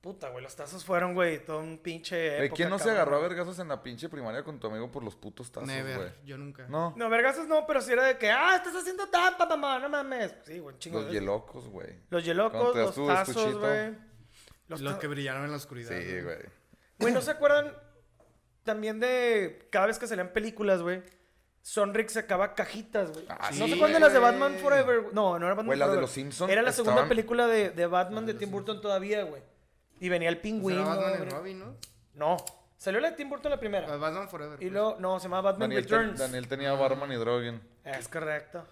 Puta, güey, los tazos fueron, güey, todo un pinche
Güey,
época,
¿Quién no se
cabrón.
agarró a vergazos en la pinche primaria con tu amigo por los putos tazos, güey?
Never. Yo nunca.
No,
No, vergazos no, pero si era de que, ah, estás haciendo tapa, mamá, no mames. Sí, güey, un chingo
los
de veces.
hielocos, güey.
Los
Cuando
yelocos,
te das
los
tu
tazos,
estuchito.
güey. Los
Los
ta-
que brillaron en la oscuridad.
Sí, güey.
Güey, ¿no se acuerdan también de cada vez que salían películas, güey? Sonric sacaba cajitas, güey.
Ah,
no
sí,
se acuerdan de las de
güey.
Batman Forever. güey? No, no era Batman
Güey, las de
Forever.
los Simpson
Era la segunda
estaban-
película de, de Batman de Tim Burton todavía, güey. Y venía el
Pues
pingüino.
era Batman
güey.
y Robin, ¿no?
No, salió la de Tim Burton la
Ah,
primera.
Batman Forever.
Y
pues.
luego, no, se llamaba Batman
Daniel, te-
Returns.
Daniel tenía Barman y Drogen.
Es correcto.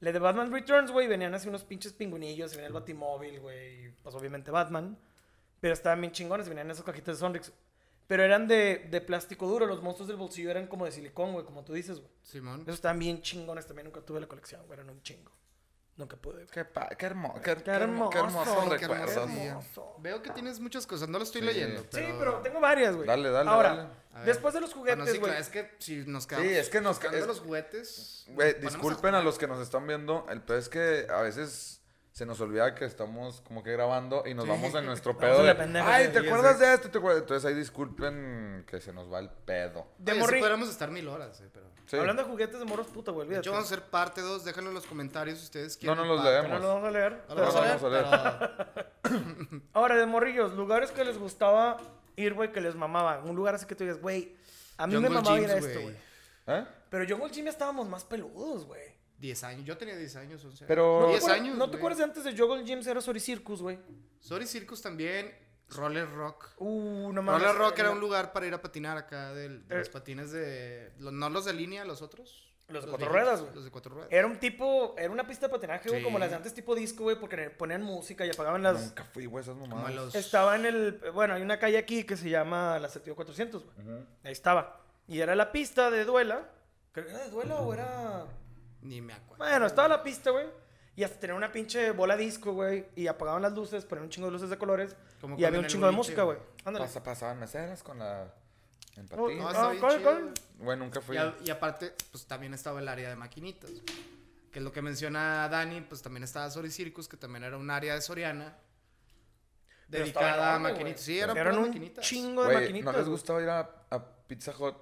La de Batman Returns, güey, venían así unos pinches pingüinillos, y venía el Batimóvil, güey, y, pues obviamente Batman. Pero estaban bien chingones, venían esas cajitas de Sonrix. Pero eran de, de plástico duro, los monstruos del bolsillo eran como de silicón, güey, como tú dices, güey.
Simón.
Esos estaban bien chingones también, nunca tuve la colección, güey, eran un chingo. Nunca pude, güey.
Qué, pa- qué, hermo- qué, qué,
Qué
hermo- qué
hermoso,
hermosos
Qué
recuerdos.
hermoso
recuerdos.
día.
Hermoso.
Veo que tienes muchas cosas, no lo estoy
Sí.
leyendo.
Sí, pero tengo varias, güey.
Dale, dale,
Ahora,
dale.
A ver.
después de los
Bueno, sí,
juguetes, güey.
claro, es que si nos quedamos.
Sí, es que nos-
buscando
es-
los juguetes.
Güey,
nos ponemos
disculpen a los que nos están viendo. El pedo es que a veces se nos olvida que estamos como que grabando y nos
Sí.
vamos en
[LAUGHS]
nuestro
Estamos
pedo.
en
de,
la pendeja,
Ay,
sí,
¿te
sí,
acuerdas de esto? ¿Te acuerdas? Entonces ahí disculpen que se nos va el pedo.
a-
de
Oye, sí
morri-
podríamos estar mil horas, eh, pero.
Sí.
Hablando de juguetes de moros, puta, güey,
De
olvídate.
hecho, vamos a hacer parte 2. Déjenlo en los comentarios si ustedes
No,
quieren.
no los
parte-
Que
leemos.
no lo vamos a leer.
No
pero-
lo vamos
vamos a
a leer. pero-
Ahora, de morrillos, lugares que les gustaba ir, güey, que les mamaba. Un lugar así que tú digas, güey, a mí
Jungle
me mamaba ir a
Gyms,
esto,
güey.
güey.
¿Eh?
Pero yo con el Jimmy estábamos más peludos, güey.
10 años. Yo tenía 10 años, 11 años.
Pero-
¿No, te
10
acuerdas-
Oh, años.
¿no te
güey.
acuerdas de antes de Joggle Gyms era Sorry Circus, güey?
Sorry Circus también. Roller Rock.
Uh, no mames.
Roller Rock era
la-
un lugar para ir a patinar acá, del- de
Eh.
los patines de... lo- no los de línea, los otros.
Los de cuatro
viejitos,
ruedas, güey. Eh.
Los de cuatro ruedas.
Era un tipo, era una pista de patinaje, güey,
Sí.
como las de antes tipo disco, güey, porque ponían música y apagaban las...
Nunca fui, güey, esas
Como a
mamadas.
los-
Estaba en el... Bueno, hay una calle aquí que se llama la 7400, güey.
Ujú.
Ahí estaba. Y era la pista de duela. Creo que era de duela o era...
Ni me acuerdo.
Bueno, estaba la pista, güey. Y hasta tenía una pinche bola disco, güey. Y apagaban las luces, ponían un chingo de luces de colores.
Como
y
cuando
había
en
un
el
chingo de
boliche,
música, güey.
güey.
Ándale.
Pasa- pasaban meseras con la
Oh,
empatía.
No,
ah,
está bien
¿cuál,
chido,
cuál?
güey.
Güey, nunca fui.
Y, a- y aparte, pues también estaba el área de maquinitas. güey. Que es lo que menciona Dani, pues también estaba Sori Circus, que también era un área de Soriana.
Pero
Dedicada
estaba
a
enorme,
maquinitas.
güey.
Sí, eran,
Eran
puras
un
maquinitas.
chingo de
Güey,
maquinitas.
¿no les
güey.
gustaba ir a, a Pizza Hut?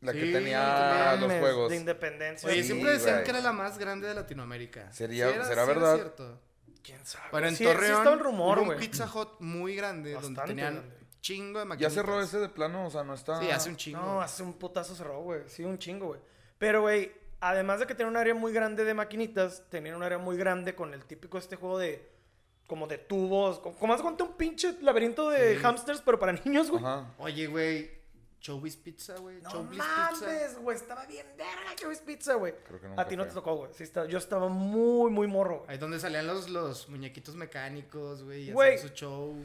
La que
Sí,
tenía
mames,
los
Mes
juegos.
De independencia.
Oye,
Sí,
siempre decían
güey.
que era la más grande de Latinoamérica.
Sería-
era-
¿será
era
verdad?
cierto.
¿Quién sabe?
Bueno, en
sí, sí
Torreón
está un rumor,
hubo un
güey.
Pizza Hut muy grande donde
Bastante
tenían
grande.
chingo
Ya
de maquinitas.
cerró ese de plano, o sea, no está.
Sí, hace un chingo.
No, hace un putazo cerró, güey. Sí, un chingo, güey. Pero, güey, además de que tenía un área muy grande de maquinitas, tenían un área muy grande con el típico este juego de... Como de tubos. Como, como haz de cuenta un pinche laberinto de
Sí.
hamsters, pero para [LAUGHS] niños, güey.
Ajá.
Oye, güey, Showbiz Pizza, güey.
No
Showbiz Pizza.
mames, güey. Estaba bien verga que ves pizza, güey.
Creo que nunca
A ti no
fue.
te tocó, güey. Sí, está- yo estaba muy, muy morro, güey.
Ahí donde salían los, los muñequitos mecánicos, güey, y
Güey.
hacían su show.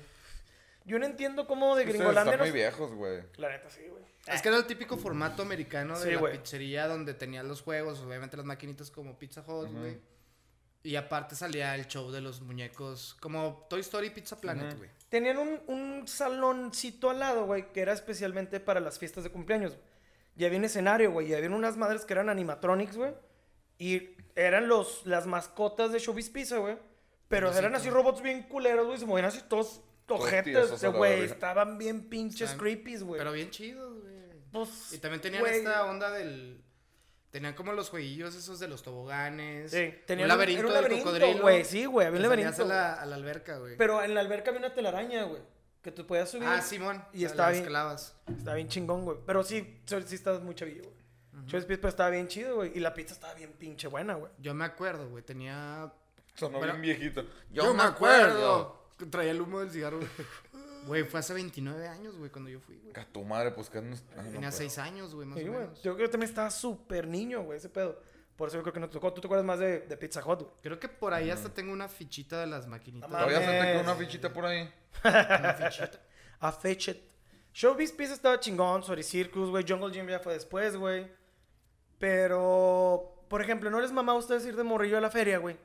Yo no entiendo cómo de
Ustedes
Gringolandia
están
nos...
muy viejos, güey.
La neta, sí, güey.
Es que era el típico formato americano de
Ah. Sí,
la
güey.
pizzería donde tenían los juegos, obviamente las maquinitas como Pizza Hut, güey. Y aparte salía el show de los muñecos, como Toy Story Pizza Planet,
Ujú.
güey.
Tenían un, un saloncito al lado, güey, que era especialmente para las fiestas de cumpleaños. güey. Y había un escenario, güey, y había unas madres que eran animatronics, güey. Y eran los, las mascotas de Showbiz Pizza, güey. Pero
Pobrecito.
eran así robots bien culeros, güey, se movían así todos
tiesos
ojetes,
a la
güey.
verga.
Estaban bien pinches
Estaban-
creepies, güey.
Pero bien chidos, güey.
Pues,
Y también tenían
güey,
esta onda del. Tenían como los jueguillos esos de los toboganes.
Sí, tenían
un laberinto,
era un
del
laberinto,
cocodrilo.
güey, sí, güey, había un
que salías
laberinto,
A la, a la alberca, güey.
Pero en la alberca había una telaraña, güey, que tú podías subir.
Ah, Simón.
Y
a
estaba
las
bien.
esclavas.
Está bien chingón, güey. Pero sí, so- sí estás muy chavillo, güey. Chorizo Pizza, pero estaba bien chido, güey. Y la pizza estaba bien pinche buena, güey.
Yo me acuerdo, güey. Tenía.
Sonó
Bueno,
bien viejito.
Traía el humo del cigarro, güey. Güey, fue hace 29 años, güey, cuando yo fui, güey.
Ca tu madre, pues que no. ah, no
Tenía
puedo.
6 años, güey, más
Sí,
o
güey.
menos.
Yo creo que también estaba súper niño, güey, ese pedo. Por eso yo creo que no te tocó. Tú te acuerdas más de, de Pizza Hut, güey.
Creo que por ahí hasta tengo una fichita de las maquinitas.
No
Todavía
Mames.
se te quedó una fichita por ahí.
Una fichita.
A Fetchet. Showbiz Pizza estaba chingón. Sorry Circus, güey. Jungle Gym ya fue después, güey. Pero, por ejemplo, ¿no les mamá a ustedes ir de morrillo a la feria, güey?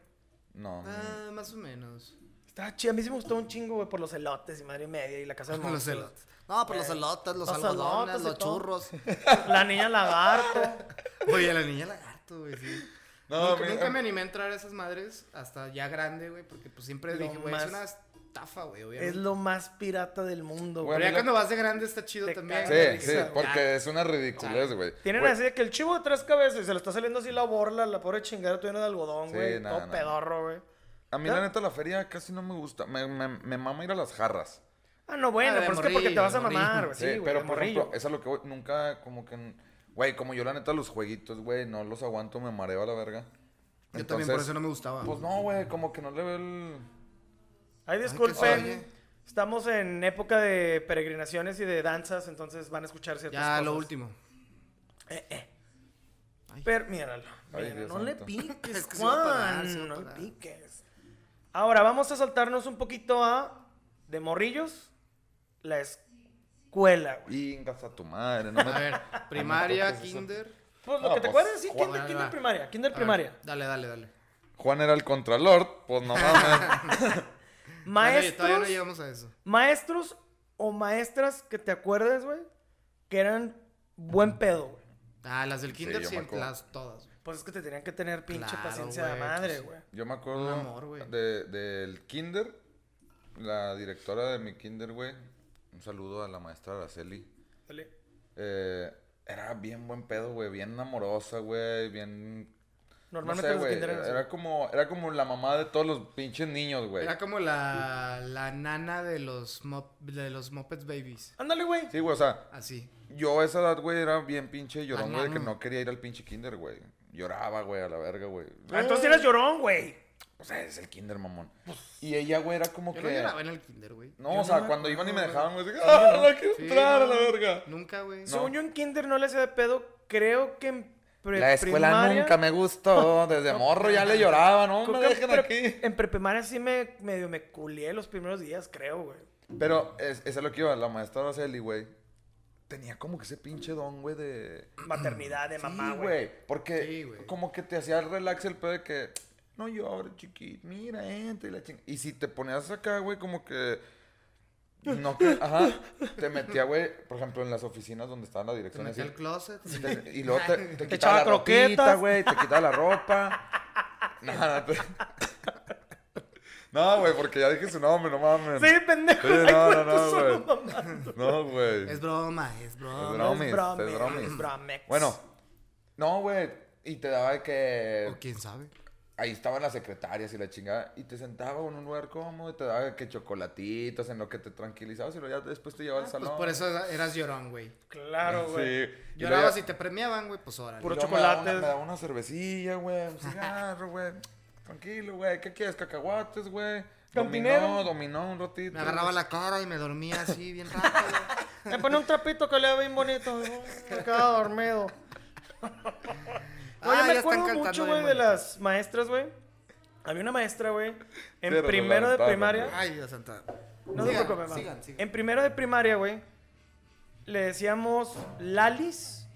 No.
Ah, más o menos.
Estaba chido. A mí sí me gustó un chingo, güey, por los elotes y madre y media y
[LAUGHS]
la casa de
[LAUGHS] Los
monstruos.
elotes. No, Ah, por los
Güey.
elotes, los,
Los
algodones,
elotes y
los
todo.
churros.
[LAUGHS] La niña lagarto.
Oye, la niña lagarto, güey, sí.
No,
nunca,
mira,
nunca
ah,
me animé a entrar a esas madres hasta ya grande, güey, porque pues siempre
Lo
dije, güey,
más-
es una estafa, güey,
es
obviamente.
lo más pirata del mundo, güey.
Pero
Güey,
ya cuando vas de grande está chido
Te
también.
cagas de
Sí, sí,
risa, güey.
porque es una ridiculez, güey.
Tienen
Güey,
así de que el chivo de tres cabezas y se le está saliendo así la borla, la pobre chingada todavía de algodón,
Sí,
güey.
no,
todo
no.
pedorro, güey.
A mí, la neta, la feria casi no me gusta. Me, me, me mama ir a las jarras.
Ah, no, bueno,
Ah, de
pero es que porque te
morrillo,
vas a
Ah, de
mamar,
morrillo.
güey.
Sí,
Sí, güey,
pero
de
por
morrillo.
ejemplo, es a lo que voy. Nunca, como que. n- Güey, como yo, la neta, los jueguitos, güey, no los aguanto, me mareo a la verga.
Yo también por
Entonces,
eso no me gustaba.
Pues no, güey, como que no le veo el.
Ay,
Ay,
disculpen.
qué suave.
Estamos en época de peregrinaciones y de danzas, entonces van a escuchar ciertas
ya,
cosas.
lo último.
Eh, eh.
Ay.
Pero míralo.
Ay,
mira,
Dios
no le
santo.
piques,
[LAUGHS] Es que se va a parar,
Juan.
se va a
no le
parar.
piques. Ahora vamos a saltarnos un poquito a de morrillos, la escuela, güey.
Ingas a tu madre, no me. [LAUGHS]
A ver, primaria,
toques eso.
kinder.
Pues lo
No,
que
pues,
te acuerdas, sí,
Juan,
kinder,
ahí
kinder
va.
primaria, kinder
A ver,
primaria.
dale, dale, dale.
Juan era el Contralord, pues no
[LAUGHS]
mames.
Bueno, todavía no
Maestros,
llegamos a eso.
maestros o maestras que te acuerdes, güey, que eran buen pedo, güey.
Ah, las del kinder
yo me
siempre,
acuerdo.
las todas. güey.
Pues es que te tenían que tener pinche
Claro,
paciencia de
güey,
madre,
pues sí.
güey.
Yo me acuerdo
Un amor, güey.
de, del kinder, la directora de mi kinder, güey. Un saludo a la maestra Araceli.
Dale.
Eh, era bien buen pedo, güey, bien amorosa, güey, bien... no
Normalmente
sé,
los
güey,
kinder eran así.
era como Era como la mamá de todos los pinches niños, güey.
Era como la, la nana de los, mop- de los Muppets Babies.
Ándale, güey.
Sí, güey, o sea,
Así.
yo a esa edad, güey, era bien pinche llorón,
Ah,
güey, de que
no.
no quería ir al pinche kinder, güey. Lloraba, güey, a la verga, güey.
Ah, Entonces eras llorón, güey.
O sea, es el kinder, mamón. Y ella, güey, era como
Pues, Yo
que...
no lloraba en el kinder, güey.
No,
Yo
o sea,
no me
cuando iban y me
acuerdo,
dejaban, güey, dije,
Sí,
¡ah,
no.
la quiero
Sí,
entrar a la
no.
verga!
Nunca, güey.
No.
Según yo en kinder no le hacía de pedo. Creo que en pre-
La escuela
primaria-
nunca me gustó.
[LAUGHS]
Desde morro ya le lloraba, ¿no? Me
creo que en
dejen
pre-
aquí.
En preprimaria sí me medio me culié los primeros días,
[CLEARS THROAT]
creo, güey.
Pero es, eso es lo que iba. La maestra Araceli, güey, tenía como que ese pinche don, güey, de...
Maternidad de mamá,
sí,
güey.
güey. Porque
Sí, güey.
como que te hacía el relax el pedo de que... No llores, chiquito. Mira, entra y la ching... Y si te ponías acá, güey, como que... No, que- ajá. Te metía, güey, por ejemplo, en las oficinas donde estaban las
Te
direcciones.
metí al
y-
closet. [LAUGHS]
Te- y luego te, te quitaba
Te
la
echaba
ropita,
croquetas.
güey, te quitaba la ropa. [LAUGHS] Nada, te- [LAUGHS] No, güey, porque ya dije su nombre, no mames.
Sí, pendejo.
Sí,
ay,
no, no,
güey, tú
no,
solo
güey.
mamando.
No, güey.
Es broma, es broma.
Es bromis,
Es bromex,
es bromis.
es bromex.
Bueno, no, güey. Y te daba de que.
O quién sabe.
Ahí estaban las secretarias y la chingada. Y te sentaba en un lugar cómodo y te daba de que chocolatitos en lo que te tranquilizabas y luego ya después te llevaba al
Pues
salón.
por eso era- eras llorón, güey.
Claro, güey.
Sí. Y luego
Llorabas
ya-
y te premiaban, güey, pues órale.
Puro
Y luego me daba
chocolates.
una- Me daba una cervecilla, güey, un cigarro, güey. Tranquilo, güey. ¿Qué quieres? Cacahuates, güey.
Campinero.
Dominó, dominó un ratito.
Me agarraba la cara y me dormía así bien rápido.
[LAUGHS]
Me pone un trapito que le bien bonito. güey. Me quedaba dormido. No, yo
Ah,
me
ya están
acuerdo
cantando
mucho,
bien
güey, de
bonito.
las maestras, güey. Había una maestra, güey, en
Pero
primero de
levantaron,
primaria.
güey.
Ay, Dios santa.
No se
Sigan,
preocupe, mamá.
Sigan, sigan.
En primero de primaria, güey, le decíamos Lalis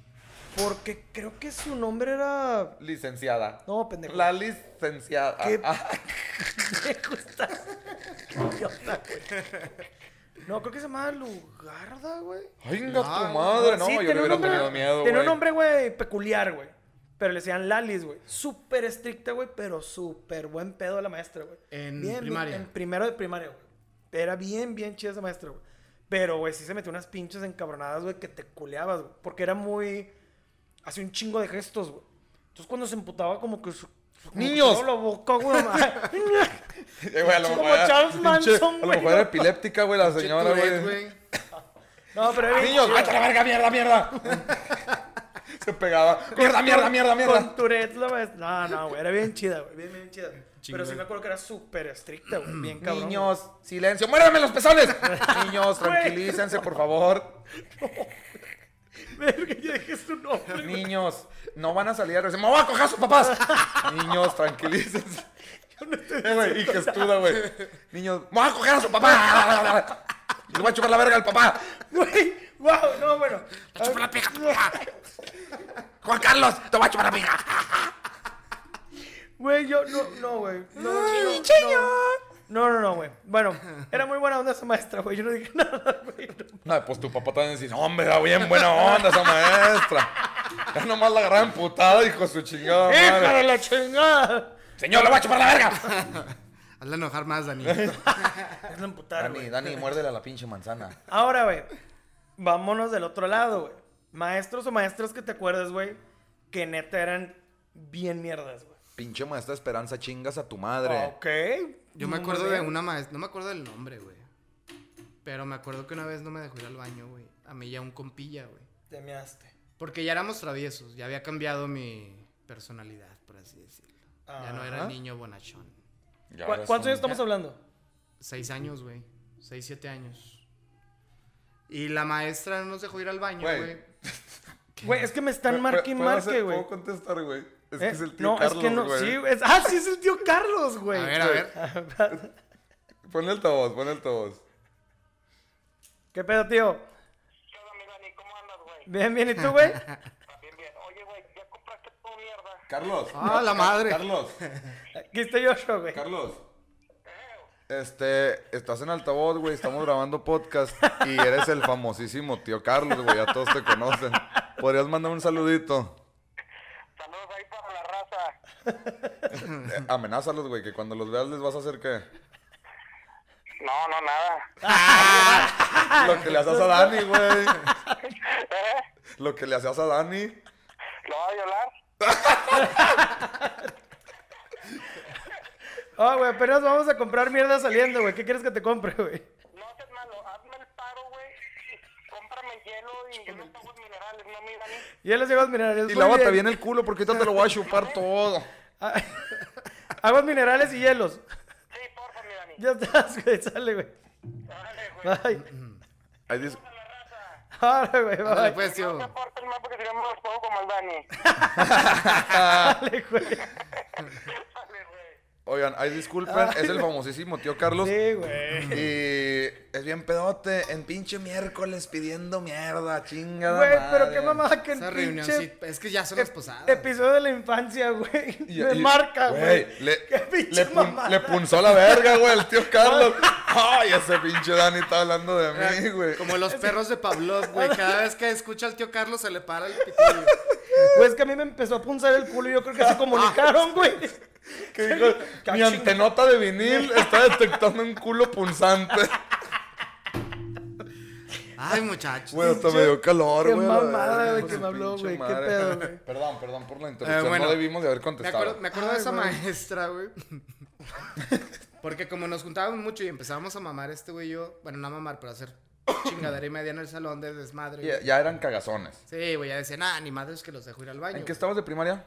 porque creo que su nombre era...
Licenciada.
No, pendejo.
La licenciada.
¿Qué?
Ah, ah,
pendejo estás. [LAUGHS] Qué idiota, güey. No, creo que se llamaba Lugarda, güey.
venga
No,
tu madre.
Sí,
No, yo
tenía
le
un
hubiera
nombre-
tenido miedo, güey.
Tenía un nombre, güey, peculiar, güey. Pero le decían Lalis, güey. Súper estricta, güey, pero súper buen pedo la maestra, güey.
En
Bien, bien,
primaria.
en primero de primaria, güey. Era bien, bien chida esa maestra, güey. Pero, güey, sí se metió unas pinches encabronadas, güey, que te culeabas, güey. Porque era muy... Hacía un chingo de gestos, güey. Entonces, cuando se emputaba, como que... Su, como que
¡Niños!
cerraba la boca, güey.
[LAUGHS]
[LAUGHS]
[LAUGHS] Eh, güey, a lo
Como
mejor era-
Charles
pinche-
Manson,
A lo
güey,
mejor era
¿no?
epiléptica, güey, la señora,
Tourette,
güey.
no, pero era bien
Niños,
chida.
vete a la verga, mierda, [LAUGHS] mierda. Se pegaba. Mierda, mierda, mierda,
Con
mierda.
Tourette la maestra. No, no, güey. Era bien chida, güey. Bien, bien chida. Pero
Chingón.
sí me acuerdo que era súper estricta, güey. Bien cabrón.
Niños, silencio. ¡Muérdame los pezones! [LAUGHS] Niños,
Güey.
tranquilícense, por favor.
Verga, ya dejé su nombre.
[LAUGHS]
güey.
Niños, no van a salir a recibir. ¡Me voy a coger a sus papás! [LAUGHS] Niños, tranquilícense.
[LAUGHS] Yo no estoy
Eh, güey, y gestuda, güey. Niños, ¡me voy a coger a su papá! [LAUGHS] Y le voy a chupar la verga al papá.
Güey, wow, no, bueno. Ah,
¡Chupa la pija! ¡Juan Carlos, te voy a chupar la pija!
Güey, yo no, no, güey. No,
Ay,
no,
niño.
no, no, no, güey. Bueno, era muy buena onda esa maestra, güey. Yo no dije [LAUGHS] nada, güey. no.
No, pues tu papá también dice, hombre, era bien buena onda esa maestra. Ya nomás la agarraba emputada, hijo de su chingada
¡Hija
madre.
de la chingada!
Señor, le voy a chupar la verga.
Hazla enojar
[LAUGHS]
más, Dani.
Es la emputada,
Dani,
güey.
Dani, muérdele a la pinche manzana.
Ahora, güey, vámonos del otro lado, güey. Maestros o maestras que te acuerdas, güey, que neta eran bien mierdas, güey.
Pinche maestra Esperanza, chingas a tu madre.
Ah, Ok.
Yo me
Muy
acuerdo de
bien.
una maestra, no me acuerdo del nombre, güey. Pero me acuerdo que una vez no me dejó ir al baño, güey. A mí ya un compilla, güey.
Te measte.
Porque ya éramos traviesos, ya había cambiado mi personalidad, por así decirlo. Ya no era
Ajá.
niño bonachón.
Ya
¿Cu-
eres
¿Cuántos
un-
años estamos hablando?
Seis años, güey. Seis, siete años. Y la maestra no nos dejó ir al baño,
Güey.
güey.
Güey, es que me están
Pu-
marque y
pu- puedo
marque,
hacer-
güey.
Puedo contestar, güey. Es que
Eh,
es el tío
no,
Carlos,
es que no,
güey.
sí, es, ah, sí es el tío Carlos, güey.
A ver, a ver.
Ponle el altavoz, ponle el altavoz.
¿Qué pedo, tío?
¿Qué onda, mi Dani? ¿Cómo andas, güey?
Bien, bien, ¿y tú,
[LAUGHS]
güey?
También bien. Oye, güey, ya compraste tu mierda.
Carlos.
Ah, la
Car-
madre.
Carlos,
Aquí estoy yo, güey.
Carlos. Este, estás en altavoz, güey, estamos grabando podcast y eres el famosísimo tío Carlos, güey, ya todos te conocen. ¿Podrías mandar un saludito?
Saludos ahí para la raza.
Eh, amenázalos, güey, que cuando los veas les vas a hacer qué?
No, no, nada.
Lo que le haces a Dani, güey. Lo que le haces a Dani.
¿Lo va a violar?
Ah, güey, apenas vamos a comprar mierda saliendo, güey. ¿Qué quieres que te compre, güey?
No haces malo. Hazme el paro, güey. Cómprame hielo y unos aguas minerales, ¿no, mi Dani?
Ya les digo a minerales.
Y
muy
lávate
bien.
bien el culo porque ahorita te lo voy a chupar todo.
Ah, [LAUGHS] Aguas minerales y hielos.
Sí, porfa, mi Dani.
Ya estás, güey. Sale, güey.
Dale, güey.
Bye.
Ahí dice-
A la raza.
Ahora, güey.
Mm, Ándale,
Bye.
pues,
[LAUGHS]
No
tío.
te aportes más porque si no me los pongo como al Dani.
Dale, güey.
Dale, güey.
[LAUGHS] Oigan, ahí disculpen, es el famosísimo tío Carlos.
Sí, güey.
Y es bien pedote, en pinche miércoles pidiendo mierda, chingada.
Güey, pero
madre.
qué mamada que en
Esa reunión
pinche
sí. Es que ya son las posadas.
episodio de la infancia, güey.
[LAUGHS] Y-
Me
y-
marca, güey.
Le,
[LAUGHS] Qué pinche
le, pun-
mamada.
le punzó la verga, güey, el
[LAUGHS]
tío Carlos. Ay, ese pinche Dani está hablando de
Era
mí, güey.
Como los perros de
[LAUGHS]
Pavlov, güey. Cada vez que escucha al tío Carlos se le para el pitillo.
Güey, es que a mí me empezó a punzar el culo y yo
[LAUGHS]
creo que se
Ah,
comunicaron, güey.
Que dijo, mi
Cachín.
antenota de vinil está detectando un culo punzante.
[LAUGHS]
Ay, muchachos.
Güey, hasta me dio calor,
Qué
güey. la
mamada,
verga,
güey,
hijo
que
de
me habló,
pinche
güey, qué
madre. [LAUGHS]
pedo, güey.
Perdón, perdón por la interrupción.
Eh, bueno.
no debimos de haber
Me
contestado.
acuerdo, me acuerdo
Ay,
de esa
güey.
maestra,
[LAUGHS]
güey. Porque como nos juntábamos mucho y empezábamos a mamar este güey y yo, bueno, no a mamar, pero a hacer chingadera y media en el salón de desmadre.
Ya,
güey.
ya eran cagazones.
Sí, güey, ya decían, ah, ni madres que los dejo ir al baño.
¿En qué
güey".
estabas de primaria?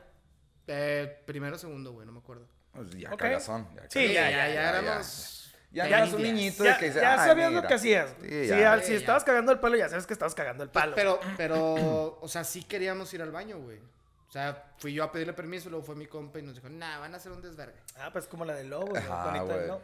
Eh, primero, segundo, güey, no me acuerdo.
Pues ya
Ok.
cagazón. Ya
Sí, ya,
ya, ya
ya.
éramos.
Ya,
Ya
eras un
limpias.
niñito de
Ya,
que dice,
ya
"Ay,
sabías lo
mira".
que hacías.
Sí,
Sí,
ya.
al-
Sí,
si
ya.
estabas cagando el palo, ya sabes que estabas cagando el palo.
Pero, pero, [CLEARS THROAT] o sea, sí queríamos ir al baño, güey. O sea, fui yo a pedirle permiso, luego fue mi compa y nos dijo, nah, van a hacer un desvergue.
Ah, pues como la del lobo, güey.
Ajá,
Juanita,
güey.
¿no?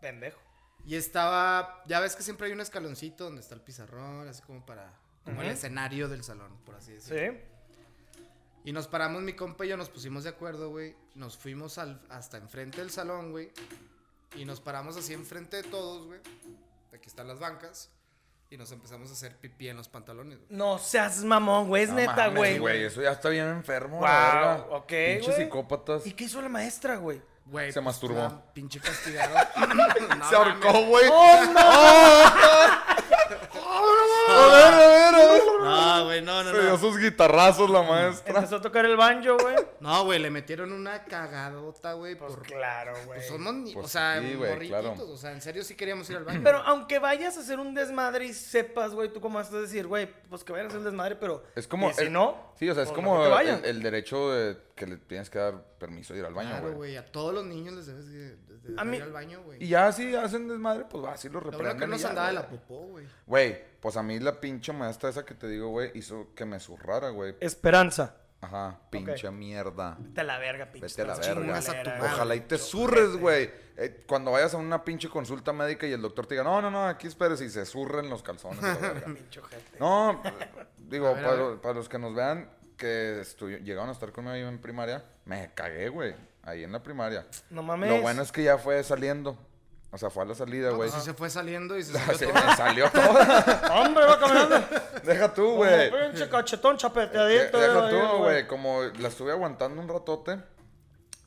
Pendejo.
Y estaba, ya ves que siempre hay un escaloncito donde está el pizarrón, así como para, como el escenario del salón, por así decirlo.
Sí.
Y nos paramos, mi compa y yo nos pusimos de acuerdo, güey. Nos fuimos al- hasta enfrente del salón, güey. Y nos paramos así enfrente de todos, güey. Aquí están las bancas. Y nos empezamos a hacer pipí en los pantalones, güey.
No seas mamón, güey. Es
No
neta,
mames,
güey.
Eso ya está bien enfermo,
Guau,
la verga.
ok,
Pinches
güey.
psicópatas.
¿Y qué hizo la maestra, güey?
Güey, pues,
Se masturbó.
la Pinche castigado. [LAUGHS] No
Se ahorcó,
mames.
güey.
¡Oh, no!
[LAUGHS] A ver, a ver, a ver.
No, güey, no, no,
Se dio
no.
sus guitarrazos la maestra.
Empezó a tocar el banjo,
[LAUGHS]
güey.
No, güey, le metieron una cagadota, güey.
Pues
por...
claro, güey.
pues somos, ni-
Pues
o sea,
sí, güey,
morriquitos.
claro.
O sea, en serio sí queríamos ir al baño.
Pero aunque vayas a hacer un desmadre y sepas, güey, tú cómo vas a decir, güey, pues que vayan a hacer un desmadre, pero.
Es como.
¿y si
el-
no.
Sí, o sea, es
pues
como
mejor que vayan.
el, el derecho de que le tienes que dar permiso de ir al baño,
Claro,
güey.
güey, a todos los niños les debes de, de- de
A mí-
ir al baño, güey.
y ya si hacen desmadre, pues va, así lo
Lo
reprenden.
bueno que
y
nos
ya,
andaba de
güey.
la popó, güey.
Güey, pues a mí la pinche maestra esa que te digo, güey, hizo que me zurrara, güey.
Esperanza.
Ajá, pinche mierda.
Vete a la verga, pinche.
Vete a la
esperanza,
verga.
chingas a tu
chingadera,
madre.
güey.
Ojalá y te zurres, güey. Eh, cuando vayas a una pinche consulta médica y el doctor te diga, no, no, no, aquí esperes y se zurren los calzones. la
[LAUGHS]
verga.
Pinche ojete.
no, digo,
A ver, a
para,
ver.
los- para los que nos vean que estu- llegaron a estar conmigo ahí en primaria, me cagué, güey. Ahí en la primaria.
No mames.
Lo bueno es que ya fue saliendo. O sea, fue a la salida, güey.
pues Sí se fue
[LAUGHS]
saliendo y se
Ah,
salió
se
todo.
me salió todo.
[LAUGHS]
[LAUGHS]
Hombre, va caminando.
Deja [LAUGHS] tú,
Como
güey.
pinche cachetón
De-
chapeteadito.
Deja
eh,
tú, güey. Como la estuve aguantando un ratote,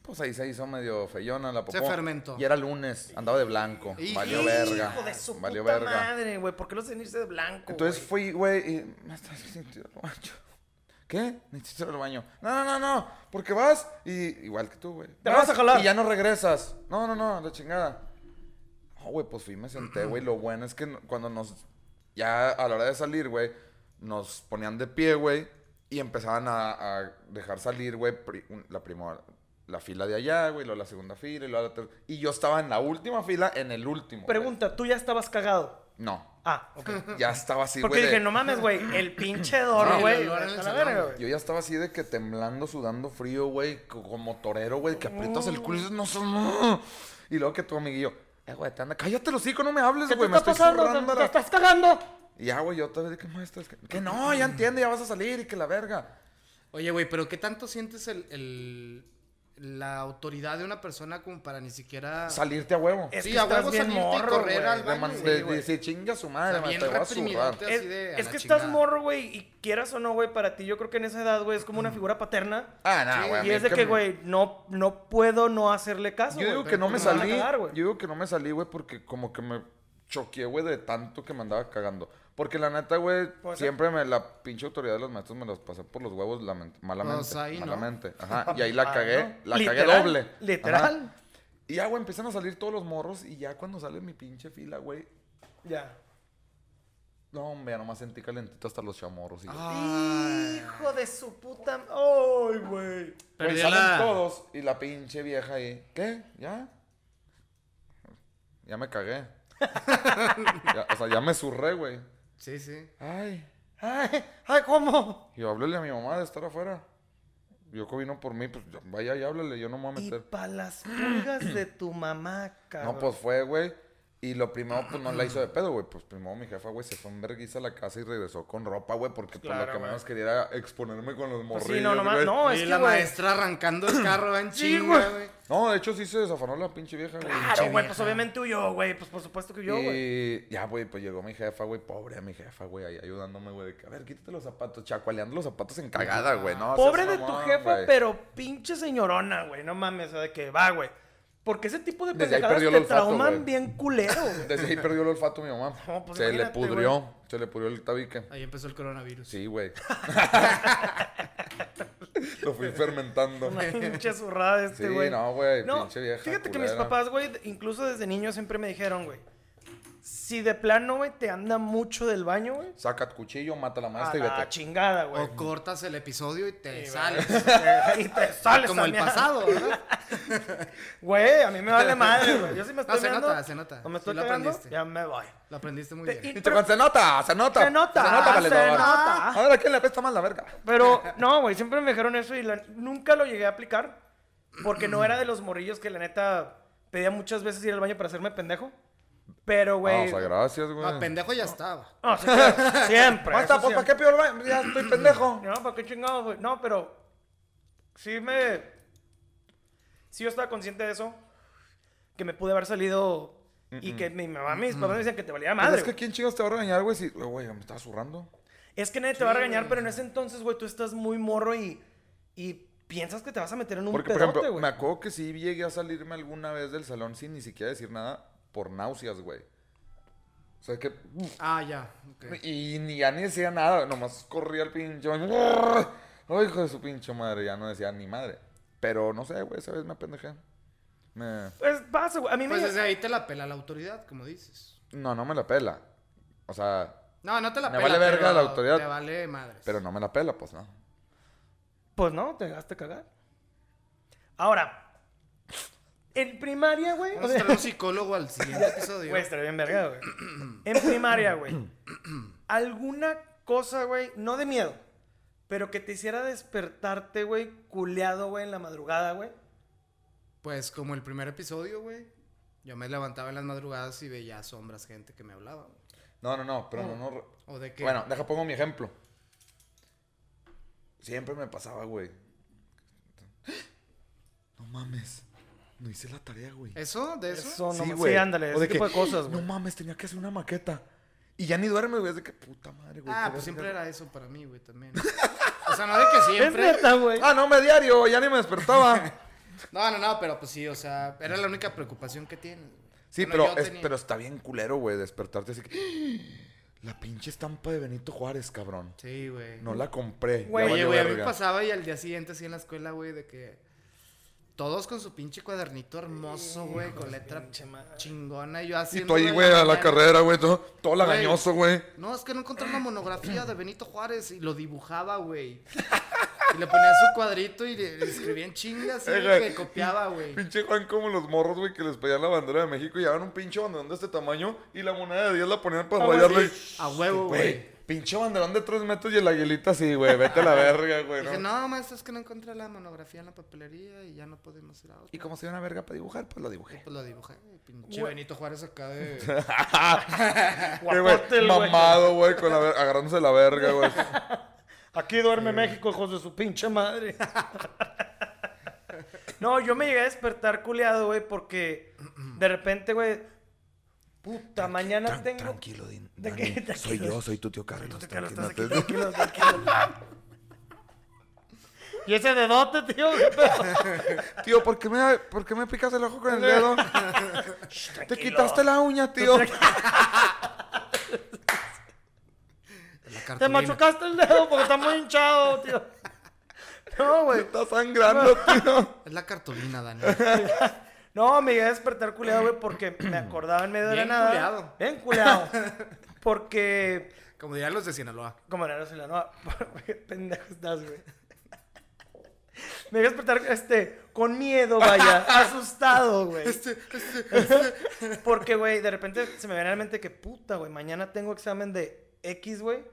pues ahí se hizo medio feyona la popó.
Se fermentó.
Y era lunes, andaba de blanco.
Hijo
Valió verga.
Hijo de su
Valió
puta
verga.
madre, güey. ¿Por qué los venirse de blanco?
Entonces fui,
güey?
güey, y me estás sintiendo al baño. ¿Qué? Necesito ir al baño. No, no, no, no. Porque vas y igual que tú, güey.
Te vas a jalar.
Y ya no regresas. No, no, no, la chingada. No, güey, pues fui, me senté, güey. Lo bueno es que no- cuando nos. Ya a la hora de salir, güey, nos ponían de pie, güey. Y empezaban a, a dejar salir, güey, pri- un- la primera. La fila de allá, güey, luego la segunda fila y luego la tercera. Y yo estaba en la última fila, en el último. güey.
Pregunta, ¿tú ya estabas cagado?
No.
Ah, ok.
Ya estaba así, güey.
Porque
de-
dije, no mames, güey,
[LAUGHS]
el pinche
No,
dor,
el
güey.
olor en el
vete a la
salón,
verga,
güey.
güey.
Yo ya estaba así de que temblando, sudando frío, güey, co- como torero, güey, que aprietas el culo y dices, no, son- no". Y luego que tu amiguillo, eh, güey, te anda, cállate los hocico, no me hables,
¿Qué te
güey, me
está
estoy zurrando
pasando?
a
¿Te
la-".
estás cagando?
Y ya, güey, yo te dije, maestra, es que, que no, ya entiende, ya vas a salir y que la verga.
Oye, güey, pero ¿qué tanto sientes el, el- la autoridad de una persona como para ni siquiera...
Salirte a huevo.
Ah. Es
Sí,
que
a
estás
huevo
bien
salirte y
morro,
correr
güey.
al
Le man-
baño,
le-
sí, güey.
dice, chinga su madre,
O sea, bien
maestra, te voy a zurrar.
reprimidote.
Es,
así de a
es
la
que estás
chingada.
morro, güey, y quieras o no, güey, para ti, yo creo que en esa edad, güey, es como una figura paterna.
Ah, nah, güey. a
y
mí
es de que, güey, no, no puedo no hacerle caso.
Yo digo
güey.
que no me
van a
salí.
cagar, güey.
Yo digo que no me salí, güey, porque como que me choqueé, güey, de tanto que me andaba cagando. Porque la neta, güey,
Puede ser.
siempre me la pinche autoridad de los maestros me los pasé por los huevos lamen- malamente.
Pues ahí no.
malamente.
[LAUGHS]
Ajá. Y ahí la
Ah,
cagué.
¿no?
La
Literal,
cagué doble.
literal.
Ajá. Y ya, güey, empiezan a salir todos los morros y ya cuando sale mi pinche fila, güey,
Ya.
No, hombre, ya nomás sentí calentito hasta los chamorros.
Ah,
Y yo,
Hijo de su puta. ¡Ay, güey!
Güey,
Perdió
salen
la-
todos y la pinche vieja ahí. ¿Qué? ¿Ya? Ya me cagué. [LAUGHS] Ya, o sea, ya me zurré, güey.
Sí, sí.
Ay.
¡Ay, ay, cómo!
Y yo, háblele a mi mamá de estar afuera. Yo que vino por mí, pues yo- vaya y háblale, yo no me voy a
Y
meter.
para las pulgas de tu mamá, cabrón.
No, pues fue, güey. Y lo primero, pues no la hizo de pedo, güey. Pues primero mi jefa, güey, se fue en vergüenza a la casa y regresó con ropa, güey, porque pues,
claro,
lo que
güey.
menos quería era exponerme con los
Pues
morrillos.
sí, no, nomás.
güey.
No,
y
es que,
la
güey,
maestra arrancando el
[CLEARS THROAT]
carro, va en
Sí,
chinga,
güey.
güey.
No, de hecho sí se desafanó la pinche vieja, güey.
Claro, güey, pues
vieja.
obviamente huyó, güey. Pues por supuesto que huyó, güey.
Y ya, güey, pues llegó mi jefa, güey, pobre mi jefa, güey, ahí ayudándome, güey, de que, a ver, quítate los zapatos, chacualeando los zapatos en cagada, güey, no.
Pobre
seas
de tu
mamón,
jefa,
güey.
pero pinche señorona, güey. No mames, o sea, de que va, güey. Porque ese tipo de
Desde ahí
pendejadas te
perdió el olfato,
trauman
güey.
bien
[LAUGHS]
culero, güey.
Desde ahí perdió el olfato mi mamá.
No, pues,
se le
imagínate,
pudrió, se le pudrió el tabique.
Ahí empezó el coronavirus.
Sí,
[LAUGHS]
güey. Lo fui fermentando.
Una pinche zurrada de este,
Sí,
güey.
no, güey, pinche vieja
Fíjate que mis
culera.
papás, güey, de- incluso desde niño siempre me dijeron, güey. Si de plano, güey, te anda mucho del baño, güey.
Saca tu cuchillo, mata a la
A
maestra y
la
este vete.
chingada, güey.
O cortas el episodio y te
Y
sales.
[LAUGHS]
vale, [LAUGHS] Y te sales
Como el
también.
pasado, ¿verdad?
Güey, a mí me vale madre, güey. Yo sí me
No,
estoy
se
meando,
nota, se nota.
O me
Sí
estoy
lo
cagando,
aprendiste.
ya me voy.
Lo aprendiste muy
Te-
bien.
y-
Te- Se nota, se nota.
Se nota,
se nota,
se
valedor.
nota.
A ver, ¿a quién le apesta más la verga?
Pero no, güey, siempre me dijeron eso y la- nunca lo llegué a aplicar porque no era de los morrillos que la neta pedía muchas veces ir al baño para hacerme pendejo. Pero,
Ah,
güey.
o sea, gracias, güey.
No, pendejo ya estaba.
no, sí, claro, siempre.
Ah, está,
eso
pues, ¿para
siempre.
qué pido el baño? Ya estoy pendejo.
No, ¿para qué chingados, güey? No, pero sí me... Sí yo estaba consciente de eso, que me pude haber salido y que mi mamá, mis papás me decían que te valía
Pues,
madre.
es que
güey.
quién chingas te va a regañar, güey, si, güey, me estaba zurrando.
Es que nadie te va a regañar, pero en ese entonces, güey, tú estás muy morro y, y piensas que te vas a meter en un
Porque, por
pedote,
ejemplo,
güey.
me acuerdo que sí llegué a salirme alguna vez del salón sin ni siquiera decir nada por náuseas, güey. O sea, que...
Ah, ya. ok.
Y ni, ya ni decía nada, nomás corría el pinche baño. Ay, hijo de su pinche madre, ya no decía ni madre. Pero no sé, güey, esa vez me apendejé. Me-
Pues pasa, güey. A mí
Pues
me...
desde ahí te la pela la autoridad, como dices.
No, no me la pela. O sea,
No, no te la
Me
pela.
vale verga
pero
la autoridad.
Te vale madres.
pero no me la pela, pues no.
Pues no, te dejaste cagar. Ahora, en primaria, güey... o
Vamos a
sea- [LAUGHS]
traer un psicólogo al [LAUGHS] siguiente episodio.
Güey, estaría bien verga, güey. En primaria, güey. ¿Alguna cosa, güey, no de miedo, pero que te hiciera despertarte, güey, culeado, güey, en la madrugada, güey?
Pues como el primer episodio, güey. Yo me levantaba en las madrugadas y veía sombras, gente que me hablaba. güey.
No, no, no, pero no, no.
O de que.
Bueno, deja pongo mi ejemplo. Siempre me pasaba, güey. No mames. No hice la tarea, güey.
¿Eso? ¿De eso?
Eso no ma- sí, ándale,
O
ese
de
tipo
que,
de cosas,
No
güey.
mames, tenía que hacer una maqueta. Y ya ni duerme, güey. Es de que puta madre, güey.
Ah,
qué
pues siempre
verga.
era eso para mí, güey, también. O sea, no de [LAUGHS] que
Es
siempre.
neta, güey.
Ah, no, me diario. Ya ni me despertaba.
No, no, no, pero pues sí, o sea, era la única preocupación que tienes. güey.
Sí,
Bueno, yo
pero, es-
tenía-
pero está bien culero, güey, despertarte así que... [GASPS] La pinche estampa de Benito Juárez, cabrón.
Sí, güey.
No la compré. ya
Güey,
Oye,
valió
güey, a mí me
verga.
pasaba y al día siguiente así en la escuela, güey, de que todos con su pinche cuadernito hermoso, güey, con letra
pinche madre.
chingona y yo así.
Y tú ahí, güey, a la carrera, güey, todo, todo lagañoso, güey.
No, es que no encontré una monografía de Benito Juárez y lo dibujaba, güey. Y le ponía su cuadrito y le, le escribía en chingas
Eh,
y
güey.
que copiaba, güey.
Pinche Juan como los morros, güey, que les pedían la bandera de México y llevaban un pinche banderón de este tamaño y la moneda de 10 la ponían para
Ah, güey,
rayarle.
A huevo,
Güey,
güey.
pinche banderón de 3 metros y el aguilita así, güey, vete a la verga, güey.
Dije,
¿no?
no, maestro, es que no encontré la monografía en la papelería y ya no podemos ir a otra.
Y como soy una verga para dibujar, pues lo dibujé.
Pues lo dibujé, pinche
Güey.
Benito Juárez acá de...
Eh, güey,
Guapote, el güey.
mamado, güey, con la ver- agarrándose la verga, güey.
Aquí duerme México, hijos de su pinche madre. [LAUGHS] no, yo me llegué a despertar culeado, güey, porque de repente, güey, puta, mañana
Tran-
tengo...
Tranquilo, Din-
¿De
Dani.
qué? Tranquilo.
Soy yo, soy tu tío Carlos.
Carlos,
tranquilo,
estás aquí,
no te-
tranquilo, tranquilo. ¿Y ese dedote, tío? [LAUGHS] ¿Qué pedo?
Tío, ¿por qué, me, por qué me picas el ojo con el
[LAUGHS]
dedo? Te
Tranquilo.
quitaste la uña, tío. [LAUGHS]
Te machucaste el dedo porque está muy hinchado, tío. No, güey.
Está sangrando, tío.
Es la cartulina,
[LAUGHS]
Daniel.
No, me iba a despertar culeado, güey, porque me acordaba en medio de la
Bien
nada.
culeado.
Bien culeado. Porque,
Como dirían los de Sinaloa.
como era la nueva, pendejo estás, güey. Me voy a despertar, este, con miedo, vaya, asustado, güey.
Este,
Porque, güey, de repente se me viene a la mente que, puta, güey, mañana tengo examen de X, güey,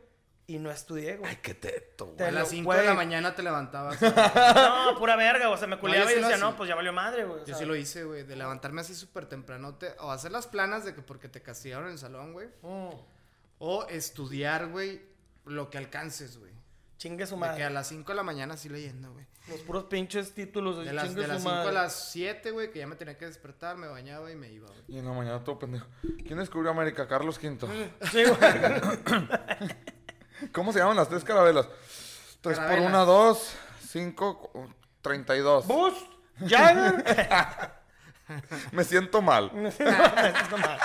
y no estudié, güey.
Ay, qué teto, güey.
Te
A
lo-
las 5
güey.
de la mañana te levantabas.
[LAUGHS] No, pura verga, o sea, me culeaba
yo
y
sí lo
decía,
hacía.
no, pues ya valió madre, güey. o
Yo
sea.
sí lo hice, güey, de levantarme así súper tempranote. O hacer las planas de que porque te castigaron en el salón, güey.
Mm,
O estudiar, güey, lo que alcances, güey.
chingue su
De que a
madre.
las 5 de la mañana sí leyendo, güey.
Los puros pinches títulos,
De
de
las,
chingue
de
su
las 5 a
madre.
las 7, güey, que ya me tenía que despertar, me bañaba y me iba, güey.
Y en la mañana todo pendejo. ¿Quién descubrió América? Carlos V.
Sí, güey.
¿Cómo se llaman las tres carabelas? Tres por
Carabelas.
una, dos, cinco, cu- treinta y dos.
Bus, Jagger.
Me siento mal.
No, eso está mal.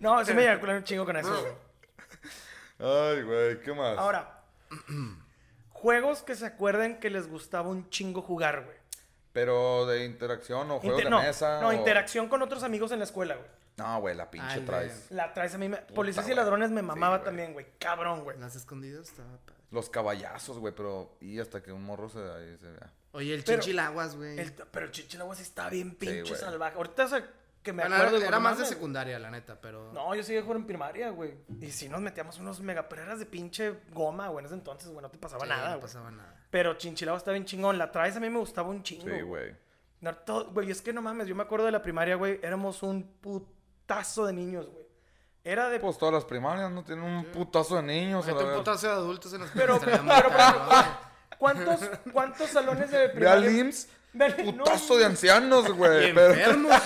No, sí me llega a cular un chingo con eso. güey.
Ay, güey, ¿qué más?
Ahora, [CLEARS THROAT] juegos que se acuerden que les gustaba un chingo jugar, güey.
Pero de interacción o juegos
Inter-
de
no,
mesa.
no
o-
interacción con otros amigos en la escuela, güey.
No, güey, la pinche
Ah, el de-
traes.
La traes a mí. me- Policías y
güey.
ladrones me
Sí,
mamaba
güey.
también, güey. Cabrón, güey.
Las escondidas estaba padre.
Los caballazos, güey, pero. Y hasta que un morro se da ahí se vea.
Oye, el
Pero-
chinchilaguas, güey.
El- pero Chichilagua sí está bien pinche
güey.
salvaje. Ahorita o sea, que me
Bueno,
acuerdo.
era,
digo,
era
no
más de
mames.
secundaria, la neta, pero.
No, yo sí jugar en primaria, güey. Y sí nos metíamos unos megaperreras de pinche goma, güey. En ese entonces, güey, no te pasaba
Sí,
nada,
no
güey.
pasaba nada.
Pero Chinchilagua está bien chingón. La traes a mí me gustaba un chingo.
Sí, güey.
No, todo- güey, es que no mames, yo me acuerdo de la primaria, güey, éramos un putazo de niños, güey. Era de...
Pues todas las primarias no tienen un putazo de niños. a
Mete
la
un
verga.
putazo de adultos en los
Pero, pero, pero, ¿cuántos, ¿cuántos
[LAUGHS]
salones de
Ve al
primaria?
IMSS,
Ve al- no,
putazo de ancianos, güey. pero-
enfermos.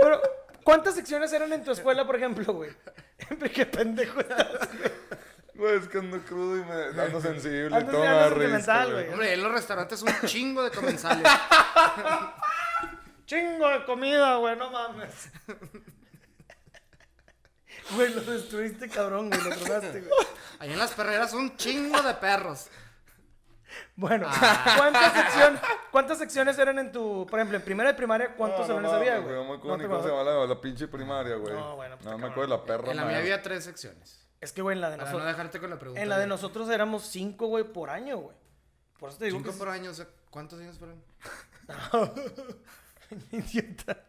pero, ¿cuántas secciones eran en tu escuela, por ejemplo, güey? [LAUGHS] Qué
[LAUGHS]
pendejo estás.
Güey, es que ando crudo y me ando sensible y
Ando-
todo me
ando
da
sentimental,
risa,
güey.
güey.
Hombre, en los restaurantes un chingo de comensales.
Chingo de comida, güey,
[LAUGHS]
no mames. Güey, lo destruiste, cabrón, güey, lo
[LAUGHS]
tronaste, güey.
Ahí en las perreras un chingo de perros.
Bueno,
Ah.
¿cuántas, sección- ¿cuántas secciones eran en tu, por ejemplo, en primera y primaria, cuántos
No, no
salones había,
mames,
güey?
No me
No
acuerdo
te
ni cómo se
acuerdas.
llama la, la pinche primaria, güey.
No, bueno, pues,
No me
cabrón.
acuerdo de la perra.
En la
madre.
mía había tres secciones.
Es que, güey, en la de
Para no
nosotros,
dejarte con la pregunta.
en la de
güey.
nosotros éramos cinco, güey, por año, güey. Por eso te digo
Cinco
que
por año, o sea, ¿cuántos años fueron?
[LAUGHS] idiota.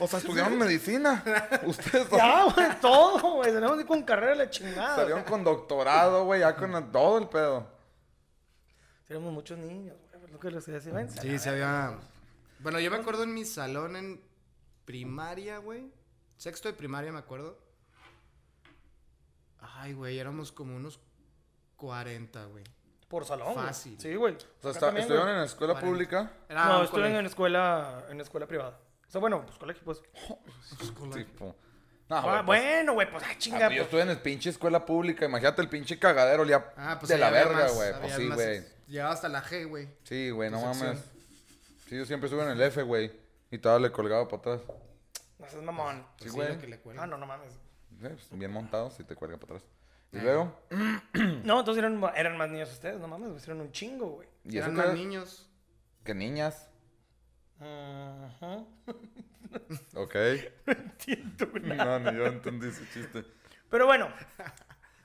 O sea,
[LAUGHS]
estudiaron medicina. Ustedes
Ya, güey, todo, güey, tenemos que ir con carrera de la chingada.
salieron con doctorado, güey, ya con
Mm.
el- todo el pedo.
Tenemos muchos niños, güey, lo que les decía, ven.
Sí, se había. Bueno, yo me acuerdo en mi salón en primaria, güey. Sexto de primaria, me acuerdo. Ay, güey, éramos como unos 40, güey.
Por salón, güey.
Fácil.
Sí, güey.
O sea,
Acá
está-
también,
estuvieron
güey.
en la escuela
Cuarenta.
pública.
Era
No,
un
estuve
colegio.
en escuela, en escuela privada. O sea, bueno, pues colegio, pues.
Tipo. No,
Ah,
güey, pues,
bueno, güey, pues, ah,
ah,
chinga,
yo
pues.
estuve en el pinche escuela pública. Imagínate el pinche cagadero olía
Ah, pues
de
ahí
la
había
verga,
más,
güey. Pues
había
sí,
más-
güey.
Llegaba hasta la G, güey.
Sí, güey, no
Tu sección.
mames. Sí, yo siempre estuve en el F, güey. Y todavía le colgaba para atrás.
No seas mamón.
Pues
güey.
lo que le cuelga.
Ah, no, no mames.
Eh, pues, Bien montado, si te cuelga para atrás. Y luego,
No, entonces eran, eran más niños ustedes, no mames, güey, eran un chingo, güey.
y eso
Eran
que,
más niños.
que niñas.
[LAUGHS] Ajá.
Ok.
Entiendo, güey.
No, ni yo entendí ese chiste.
Pero bueno,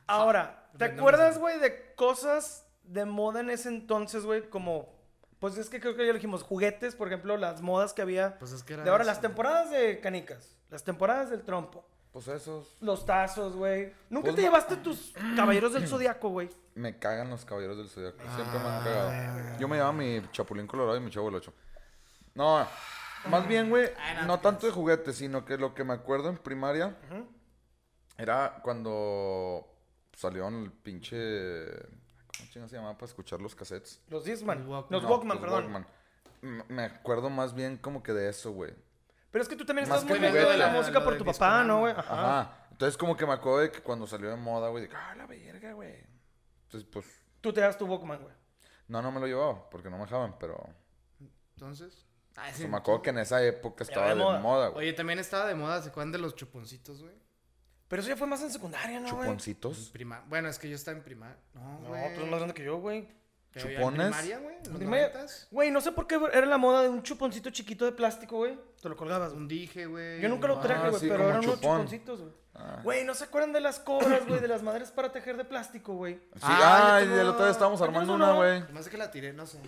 ahora, ¿te
Vendemos
acuerdas,
eso.
güey, de cosas de moda en ese entonces, güey? Como, pues es que creo que ya lo dijimos, juguetes, por ejemplo, las modas que había.
Pues es que era
de ahora,
eso.
las temporadas de canicas, las temporadas del trompo,
Pues esos.
los tazos, güey. ¿Nunca
Pues
te
no-
llevaste tus caballeros del zodiaco, güey?
Me cagan los caballeros del zodiaco. Siempre me han cagado. Yo me llevaba mi chapulín colorado y mi chavo el 8. No, más bien, güey, no tanto de juguetes, sino que lo que me acuerdo en primaria era cuando salieron el pinche. ¿Cómo chingas se llamaba para escuchar los cassettes?
Los Disman,
Los Walkman.
los
No,
Walkman,
los
perdón.
Walkman. M- Me acuerdo más bien como que de eso, güey.
Pero es que tú también
Más
estás
que
muy metido de la
juguete.
música
Lo
por
de
tu papá, ¿no, güey? Ajá.
Ajá. Entonces, como que me acuerdo de que cuando salió de moda, güey, de ah, la verga, güey. Entonces, pues,
Tú te das tu Walkman, güey.
no, no me lo llevaba porque no me dejaban, pero.
Entonces. Ay,
pues, me acuerdo que en esa época estaba
de
de
moda.
moda, güey.
Oye, también estaba de moda, ¿se acuerdan de los chuponcitos, güey?
Pero eso ya fue más en secundaria, ¿no, güey?
Chuponcitos.
Prima- Bueno, es que yo estaba en primaria. No,
No, tú
güey.
eres más grande que yo, güey.
Pero ya en
¿Chupones?
primaria, güey? en los
Primaria-
noventas.
Güey, no sé por qué era la moda de un chuponcito chiquito de plástico, güey. Te lo colgabas, güey.
Un dije, güey.
Yo nunca lo
Ah,
traje, güey,
sí,
pero
como
eran unos
chupón.
chuponcitos, güey.
Ah.
Güey, ¿no se acuerdan de las cobras, güey? De las madres para tejer de plástico, güey.
Sí,
Ah,
ay,
yo tengo-
el otro día estábamos
yo
armando
tengo
una,
una.
güey.
Más que la tiré, no sé.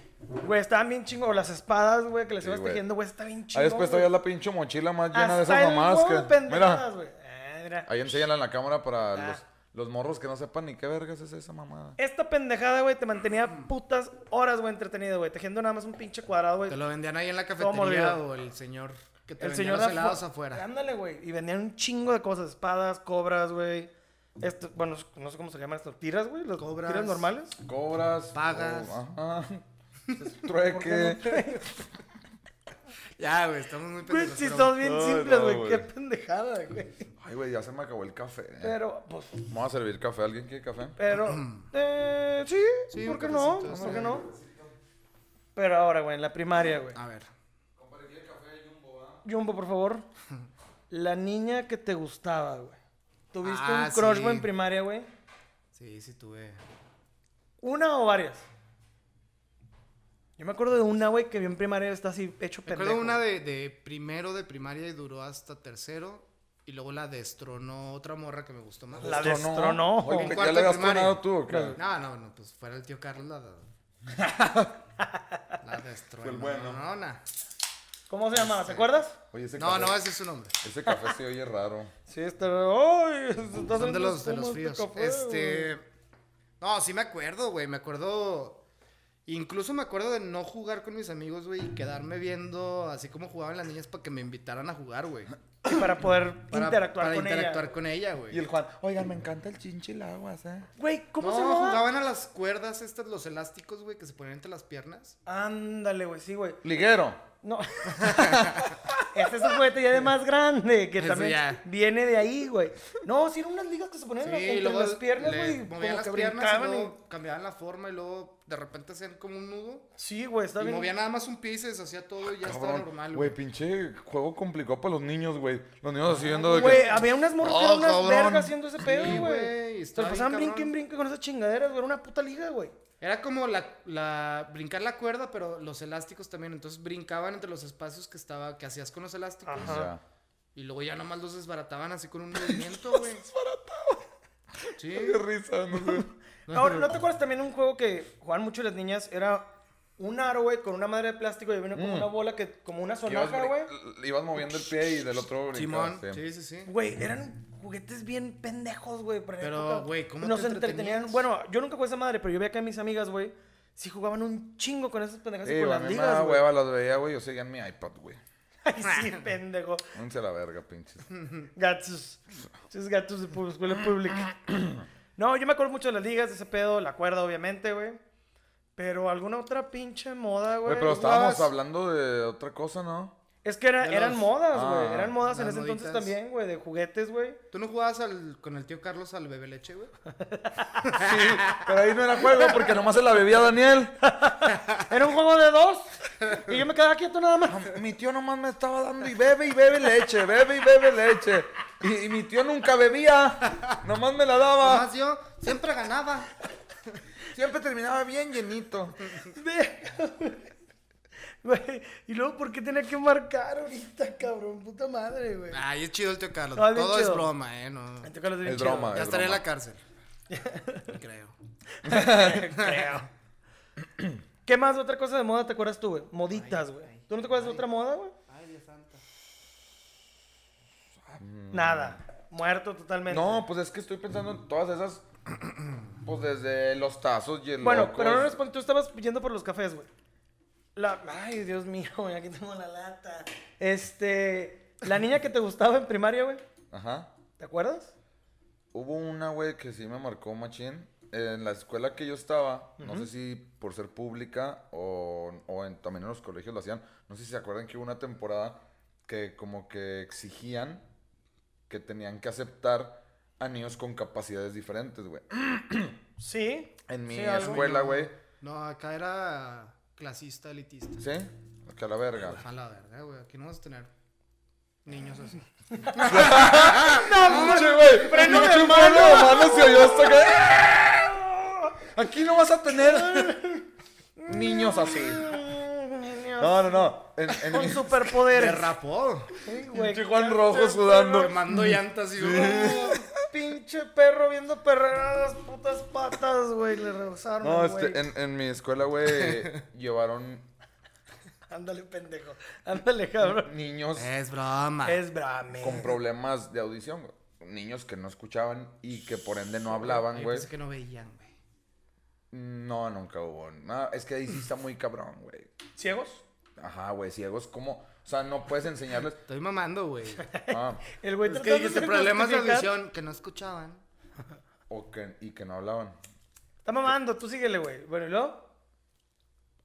Güey, estaban bien chingos. O las espadas, güey, que les
Sí,
ibas
güey.
tejiendo, güey. Está bien
Ahí
chingón,
después
güey.
traías la pinche mochila más llena de
Hasta
esas
el
mamás
huevo
que.
de pendejadas,
Mira,
güey. Ah, mira.
ahí enséñala en la cámara para
Ah.
los, los morros que no sepan ni qué vergas es esa mamada.
Esta pendejada, güey, te mantenía putas horas, güey, entretenido, güey. Tejiendo nada más un pinche cuadrado, güey.
Te lo vendían ahí en la
¿Cómo
cafetería
olvidar?
o el señor que te
El
vendía
señor
los
afu-
helados afuera.
Ándale, güey. Y vendían un chingo de cosas. Espadas, cobras, güey. Esto, bueno, no sé cómo se llaman esto. ¿Tiras, güey? ¿Las
Cobras.
tiras normales?
Cobras.
Pagas.
o-
[LAUGHS]
ajá. Trueque.
Ya, güey, estamos muy
Güey,
pendejos.
si
pero-
son bien
No,
simples,
no,
güey.
güey.
Qué pendejada, güey.
Ay, güey, ya se me acabó el café.
Pero, pues,
Vamos a servir café. ¿Alguien quiere café?
[CLEARS THROAT]
pero. eh, sí,
Sí,
¿por
un
qué no?
cafecito,
¿Por
sí.
qué no? Pero ahora, güey, en la primaria, güey.
A ver.
Jumbo, por
[LAUGHS]
favor. La niña que te gustaba, güey. ¿Tuviste
Ah,
un crush, güey,
sí.
en primaria, güey?
Sí, sí tuve.
¿Una o varias? Yo me acuerdo de una, güey, que vi en primaria está así hecho
Me
pendejo.
acuerdo una de, de primero de primaria y duró hasta tercero. Y luego la destronó otra morra que me gustó más.
La
Destronó.
destronó.
Oye, ¿te-
En
¿Ya
cuarto
le
de
habías
primaria.
tronado tú o qué?
No, no, no, pues fuera el tío Carlos la.
[LAUGHS]
La destronó.
Fue el bueno.
No, no,
¿Cómo se llamaba? ¿Te acuerdas?
Oye, ese
no,
café.
no voy a decir su nombre.
Ese café se oye raro.
Sí, está. ¡Ay!
Son de los, de los fríos. este. No, sí me acuerdo, güey. Me acuerdo. Incluso me acuerdo de no jugar con mis amigos, güey, y quedarme viendo así como jugaban las niñas para que me invitaran a jugar, güey.
Para poder
Para-
interactuar
para
con
interactuar
ella.
con ella, güey.
Y el Juan, oigan, me encanta el chinchilaguas, ¿eh?
Güey, ¿cómo
no,
se llamaba?
jugaban a las cuerdas estas, los elásticos, güey, que se ponían entre las piernas.
Ándale, güey, sí, güey.
Liguero.
No. [LAUGHS] este es un juguete ya de más grande, que
Eso
también
ya.
viene de ahí, güey. No, sí, eran unas ligas que se ponían
Sí,
en- entre
y luego
las piernas,
le
güey. Como
Movían las
que
piernas y
brincaban y...
luego cambiaban la forma y luego de repente hacían como un nudo.
Sí, güey, está
Y
bien.
movían nada más un pie y se deshacía todo y ya estaba normal,
Cabrón.
güey.
Güey, pinche juego complicado para los niños, güey. Los niños así viendo de que.
Güey, había unas morras que
Oh,
eran unas
cabrón.
vergas haciendo ese
Sí,
pedo,
güey,
güey. Se
está
los
bien
pasaban
cabrón.
brinque en brinque con esas chingaderas, güey. Era una puta liga, güey.
Era como la, la- brincar la cuerda, pero los elásticos también. Entonces brincaban entre los espacios que estaba, que hacías con los elásticos.
O
Ajá.
sea,
Y luego ya nomás los desbarataban así
[LAUGHS]
con un movimiento, güey. desbarataban. Sí.
Qué risa, no sé. [LAUGHS]
Ahora, [LAUGHS] ¿no te acuerdas también un juego que jugaban mucho las niñas? Era un aro, güey, con una madre de plástico y vino
Mm.
como una bola que, como una
Ibas,
sonaja,
brin-
güey.
l- ibas moviendo el pie y del otro
Simón.
brincabas, sí.
Sí, sí, sí.
Güey, eran juguetes bien pendejos, güey. para la
Pero,
época.
güey, ¿cómo
Nos
te
entretenían.
entretenías?
Bueno, yo nunca jugué esa madre, pero yo veía que mis amigas, güey, sí jugaban un chingo con esas pendejas y
Sí,
con
güey, a
las
mí me daba
ligas, güey.
hueva, las veía, güey. Yo seguía en mi iPad, güey.
[LAUGHS] Ay, sí, pendejo.
Pónganse a la verga, pinches.
Gatos. Esos gatos de pu- escuela pública. [CLEARS THROAT] No, yo me acuerdo mucho de las ligas, de ese pedo, la cuerda, obviamente, güey. Pero alguna otra pinche moda, güey.
Güey, pero estábamos
pues
jugabas-
hablando de otra cosa, ¿no?
Es que era-
De
eran
los-
modas, güey.
Ah,
eran modas en
las
ese entonces
moditas.
también, güey, de juguetes, güey.
¿Tú no jugabas al- con el tío Carlos al bebé leche, güey?
Ah.
Sí, pero ahí no era juego porque nomás se la bebía Daniel.
Era un juego de dos. Y yo me quedaba quieto nada
[LAUGHS]
más.
Mi tío nomás me estaba dando y bebe y bebe leche, bebe y bebe leche. Y, y mi tío nunca bebía, nomás me la daba.
Además yo siempre ganaba.
Siempre terminaba bien llenito.
Verga, güey. Güey, y luego, ¿por qué tenía que marcar ahorita, cabrón? Puta madre, güey.
Ay, es chido el tío Carlos.
No, es bien
Todo es
chido.
broma, ¿eh? No.
Te tocó los
Es
bien
broma.
Ya
es
estaría en
[LAUGHS]
la cárcel. Creo.
chidos. Creo. ¿Qué más de otra cosa de moda te acuerdas tú, güey? Moditas, güey. ¿Tú no te acuerdas de otra moda, güey?
Ay, Dios santo.
Nada. Muerto totalmente.
Mm. No, pues es que estoy pensando en todas esas. Pues desde los tazos y el.
Bueno,
locos.
pero no respondí. Tú estabas yendo por los cafés, güey. La... Ay, Dios mío, güey. Aquí tengo la lata. Este... La niña que te gustaba en primaria, güey.
Ajá.
¿Te acuerdas?
Hubo una, güey, que sí me marcó machín. En la escuela que yo estaba, no sé si por ser pública o, o en- también en los colegios lo hacían, no sé si se acuerdan que hubo una temporada que como que exigían que tenían que aceptar a niños con capacidades diferentes, güey.
Sí.
En mi
Sí, algo.
escuela, güey,
No, acá era clasista, elitista.
¿sí? Que a la verga.
Ah,
A la verga, güey. Aquí no vamos a tener
[LAUGHS]
niños así.
Ah, ¡Pinche, güey!
¡Freno de
¡Pinche
mano!
freno de mano se oyó hasta
[LAUGHS]
acá. Aquí no vas a tener niños así.
Niños
No, no, no. En, en
Con
el
superpoderes.
Derrapó.
Sí, güey.
pinche Juan Rojo sudando.
Quemando llantas y.
[LAUGHS] Pinche perro viendo perreras las putas patas, güey. Le rehusaron.
No,
al
este,
güey.
en, en mi escuela, güey,
[LAUGHS]
llevaron
Ándale, pendejo. Ándale, cabrón.
niños
Es
Ah,
broma.
Es brame.
con problemas de audición, güey. Niños que no escuchaban y que por ende no hablaban,
Yo
güey.
pensé pues que no veían, güey.
No, nunca hubo. No, es que ahí sí está muy cabrón, güey.
¿Ciegos?
Ajá, güey, ciegos, ¿cómo? O sea, no puedes enseñarles.
Estoy mamando,
[LAUGHS]
güey.
Ah,
El güey
Es que
tratando
dijiste
de
problemas de
justificar.
audición que no escuchaban.
o que, y que no hablaban.
Está mamando, tú síguele, güey. Bueno, ¿y luego?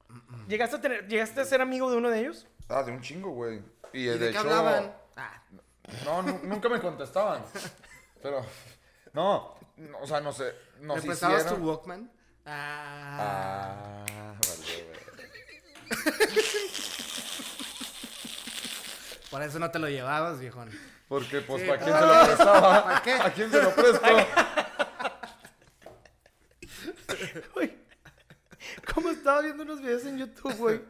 Mm,
¿Llegaste a, tener, ¿Llegaste a ser amigo de uno de ellos?
Ah, de un chingo, güey. Y,
¿Y
de,
de qué
hecho.
hablaban? Ah,
No, nu- nunca me contestaban. Pero. No, no, o sea, no sé. Nos
¿Le prestabas tu
hicieron-
Walkman? Ah.
Ah, vale, güey. Ah.
Por eso no te lo llevabas, viejón.
Porque, pues,
Sí,
¿para quién
no.
se lo prestaba?
¿Para qué?
¿A quién se lo presto?
Güey, como estaba viendo unos videos en YouTube, güey.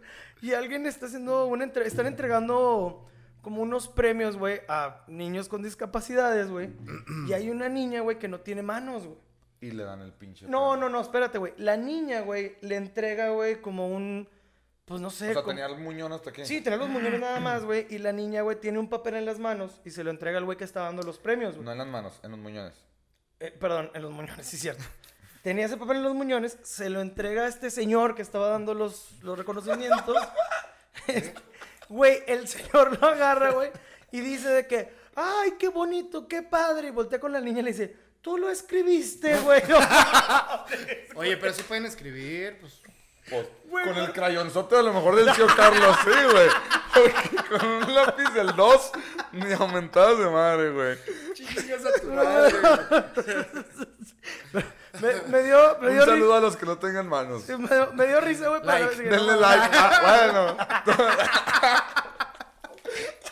Y alguien está haciendo una entre- están entregando como unos premios, güey, a niños con discapacidades, güey. y hay una niña, güey, que no tiene manos, güey.
Y le dan el pinche.
No,
premio.
no, no, espérate, güey. La niña, güey, le entrega, güey, como un pues no sé,
O sea,
como-
tenía el muñón hasta aquí.
Sí, tenía los muñones nada más, güey, y la niña, güey, tiene un papel en las manos y se lo entrega al güey que está dando los premios, güey.
No en las manos, en los muñones.
Eh, perdón, en los muñones, [LAUGHS] sí, cierto. Tenía ese papel en los muñones, se lo entrega a este señor que estaba dando los, los reconocimientos.
[LAUGHS]
Güey, el señor lo agarra, güey, y dice de que, ay, qué bonito, qué padre. Y voltea con la niña y le dice, tú lo escribiste, güey. [LAUGHS]
Oye, pero sí pueden escribir, pues.
Pues,
Güey,
con el
güey.
crayonzote a lo mejor del tío Carlos, sí, güey. Porque con un lápiz del 2, ni aumentadas de madre, güey.
Chingas
[LAUGHS]
a tu madre. güey.
me, me dio, me
Un
dio
saludo a los que no tengan manos.
risa. Me, dio- me dio risa, güey. para-
Like,
sí, no,
Denle
no,
like. Ah, bueno.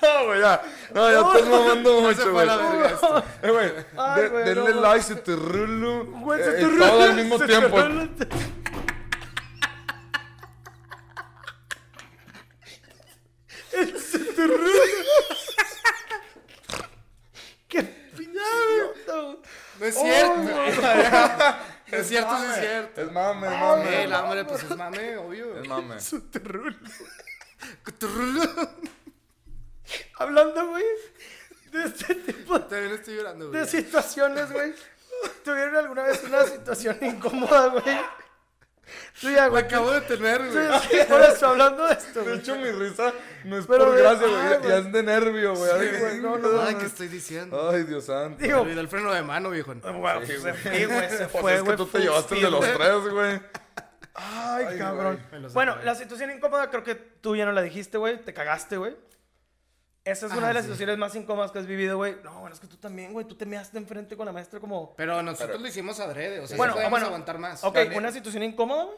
No, güey, ya. No, ya estás mamando
se
mucho,
fue a
güey.
la verga esto.
Eh, güey,
Ay,
de-
güey,
denle
no,
like, se te rulo.
Güey, se
Eh,
te
eh,
rulo,
Todo al mismo
se te
tiempo.
rulo. [LAUGHS] El- Se te rulo. Qué piñado.
No es
Oh,
cierto.
güey.
No es cierto, sí es cierto.
Es mame, es
Eh, el
mame.
hambre, pues es mame,
[LAUGHS]
obvio.
Es mame.
Se te rulo.
También
Hablando, güey, de este tipo de
estoy llorando,
de
güey.
situaciones, güey. ¿Tuvieron alguna vez una situación incómoda, güey? Tuya,
Lo
güey.
acabo de tener,
Sí,
güey.
sí, Por eso, hablando de esto,
De
güey.
hecho, mi risa no es
Pero,
por
güey,
gracia,
ah,
güey. ya-
güey.
Ya es de nervio, güey. Ay,
güey,
qué
no, no,
chingada,
Ay,
güey.
¿qué estoy diciendo?
Ay, Dios santo.
Digo, Ah,
Olvidó el freno de mano, viejo.
[LAUGHS]
Wow,
Sí,
se
güey.
fue, güey, se
Pues
fue,
es que
güey,
tú te
full
llevaste el de
speed,
los
güey.
tres, güey.
Ay,
Ay,
cabrón.
güey,
me lo
Bueno,
saco,
la
güey.
situación incómoda creo que tú ya no la dijiste, güey. Te cagaste, güey. Esa es una
Ah,
de las
sí.
situaciones más incómodas que has vivido, güey. No, bueno, es que tú también, güey. Tú te measte enfrente con la maestra como...
Pero nosotros
Pero-
lo hicimos adrede, o sea,
Bueno, ah,
no podemos
bueno.
aguantar más.
Ok,
Daniel.
una situación incómoda, güey.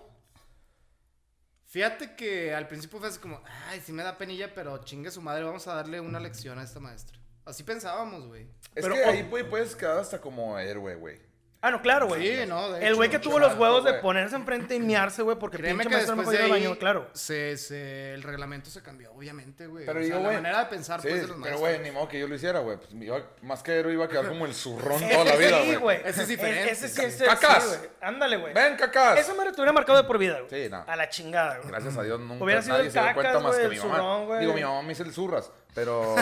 Fíjate que al principio fue así como, ay, sí me da penilla, pero chingue su madre, vamos a darle una lección a esta maestra. Así pensábamos, güey.
Es
Pero,
que
oh.
ahí güey, puedes quedar hasta como héroe, güey.
Ah, no, claro, güey.
Sí, no, de
El güey que
hecho,
tuvo los
chamaco,
huevos de
güey.
ponerse enfrente y miarse, güey, porque
Créeme
pinche
que
maestro no
después de
podía ir al
ahí
baño, claro.
se, se- el reglamento se cambió, obviamente, güey.
Pero
o sea,
yo,
la
güey,
manera de pensar,
Sí,
pues, de los
pero
maestros.
güey, ni modo que yo lo hiciera, güey. Pues, me iba- más que héroe iba a quedar como el zurrón
Ese
toda la vida,
[LAUGHS] sí,
güey.
Ese es diferente.
Ese sí, ese
Cacas.
sí, güey. Ándale, güey.
Ven, cacas.
Eso me lo hubiera marcado de por vida, güey.
Sí, no.
A la chingada, güey.
Gracias a Dios nunca
Hubiera sido
nadie
el
se dio cuenta
cacas,
más que
güey,
mi
el
mamá.
zurrón, güey.
Digo, mi mamá me hizo el zurras,
[LAUGHS]
pero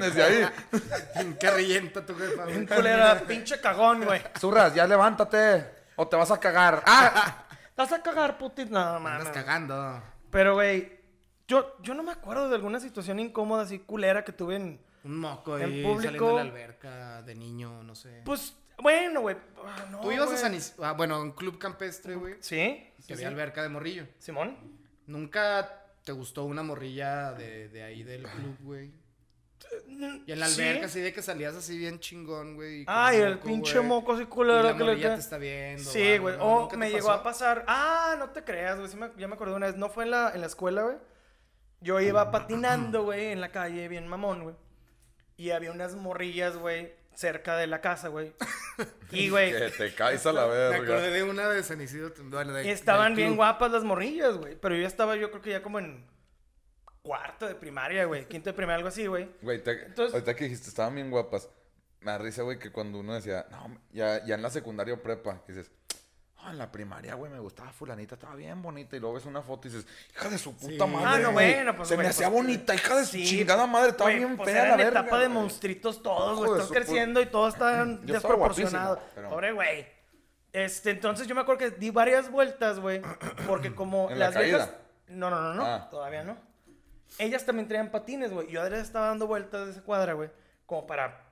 desde ahí.
[LAUGHS] Qué reyenta tu jefa, güey.
Un culera, pinche cagón, güey.
Zurras, ya levántate o te vas a cagar. ¡Ah!
Vas a cagar, putis. No,
Andas
mames.
cagando.
Pero, güey, yo, yo no me acuerdo de alguna situación incómoda así culera que tuve en.
Un moco
En
ahí
público.
saliendo de la alberca de niño, no sé.
Pues, bueno, güey. ah, no,
Tú ibas
güey.
a San Isidro, ah, bueno, a un club campestre, güey.
Sí,
Que había alberca de morrillo.
Simón.
¿Nunca te gustó una morrilla de, de ahí del club, güey? Y en la
Sí.
alberca así de que salías así bien chingón, güey. y con
Ay, el
moco,
pinche
güey.
moco así
Y la
culero que le
morrilla
cae.
te está viendo.
Sí,
barba,
güey.
¿no?
O
¿Nunca te
me llegó a
pasó?
pasar. Ah, no te creas, güey. Sí me- ya me acordé una vez. No fue en la, en la escuela, güey. Yo iba
[CLEARS THROAT]
patinando, güey, en la calle, bien mamón, güey. Y había unas morrillas, güey, cerca de la casa,
[LAUGHS]
güey. Y, güey,
Que te caes a la
Me acordé
verga.
de una de San Isidro. bueno, de-
estaban
del
bien
club.
guapas las morrillas, güey. Pero yo ya estaba, yo creo que ya como en cuarto de primaria, güey. Quinto de primaria, algo así, güey.
Güey, te-
Entonces-
ahorita que dijiste, estaban bien guapas. Me da risa, güey, que cuando uno decía, no, ya, ya en la secundaria o prepa, que dices, ah, en la primaria, güey, me gustaba fulanita, estaba bien bonita. Y luego ves una foto y dices, hija de su puta
Sí.
madre.
Ah, no,
güey,
bueno, pues.
Se me
güey,
hacía
pues,
bonita, hija de su
sí,
chingada madre, estaba
güey,
bien
pues,
fea
era
la
en
verga.
etapa de
güey.
monstruitos todos, güey.
Hijo de
Estás
su
creciendo y todos están
[CLEARS THROAT] Yo estaba guapísimo,
desproporcionados.
pero-
Pobre güey. Este, entonces yo me acuerdo que di varias vueltas, güey. Porque
[CLEARS THROAT]
como
¿En la
las viejas.
caída?
No, no, no, no.
Ah.
Todavía no. Ellas también traían patines, güey. Yo adrede estaba dando vueltas de esa cuadra, güey. Como para.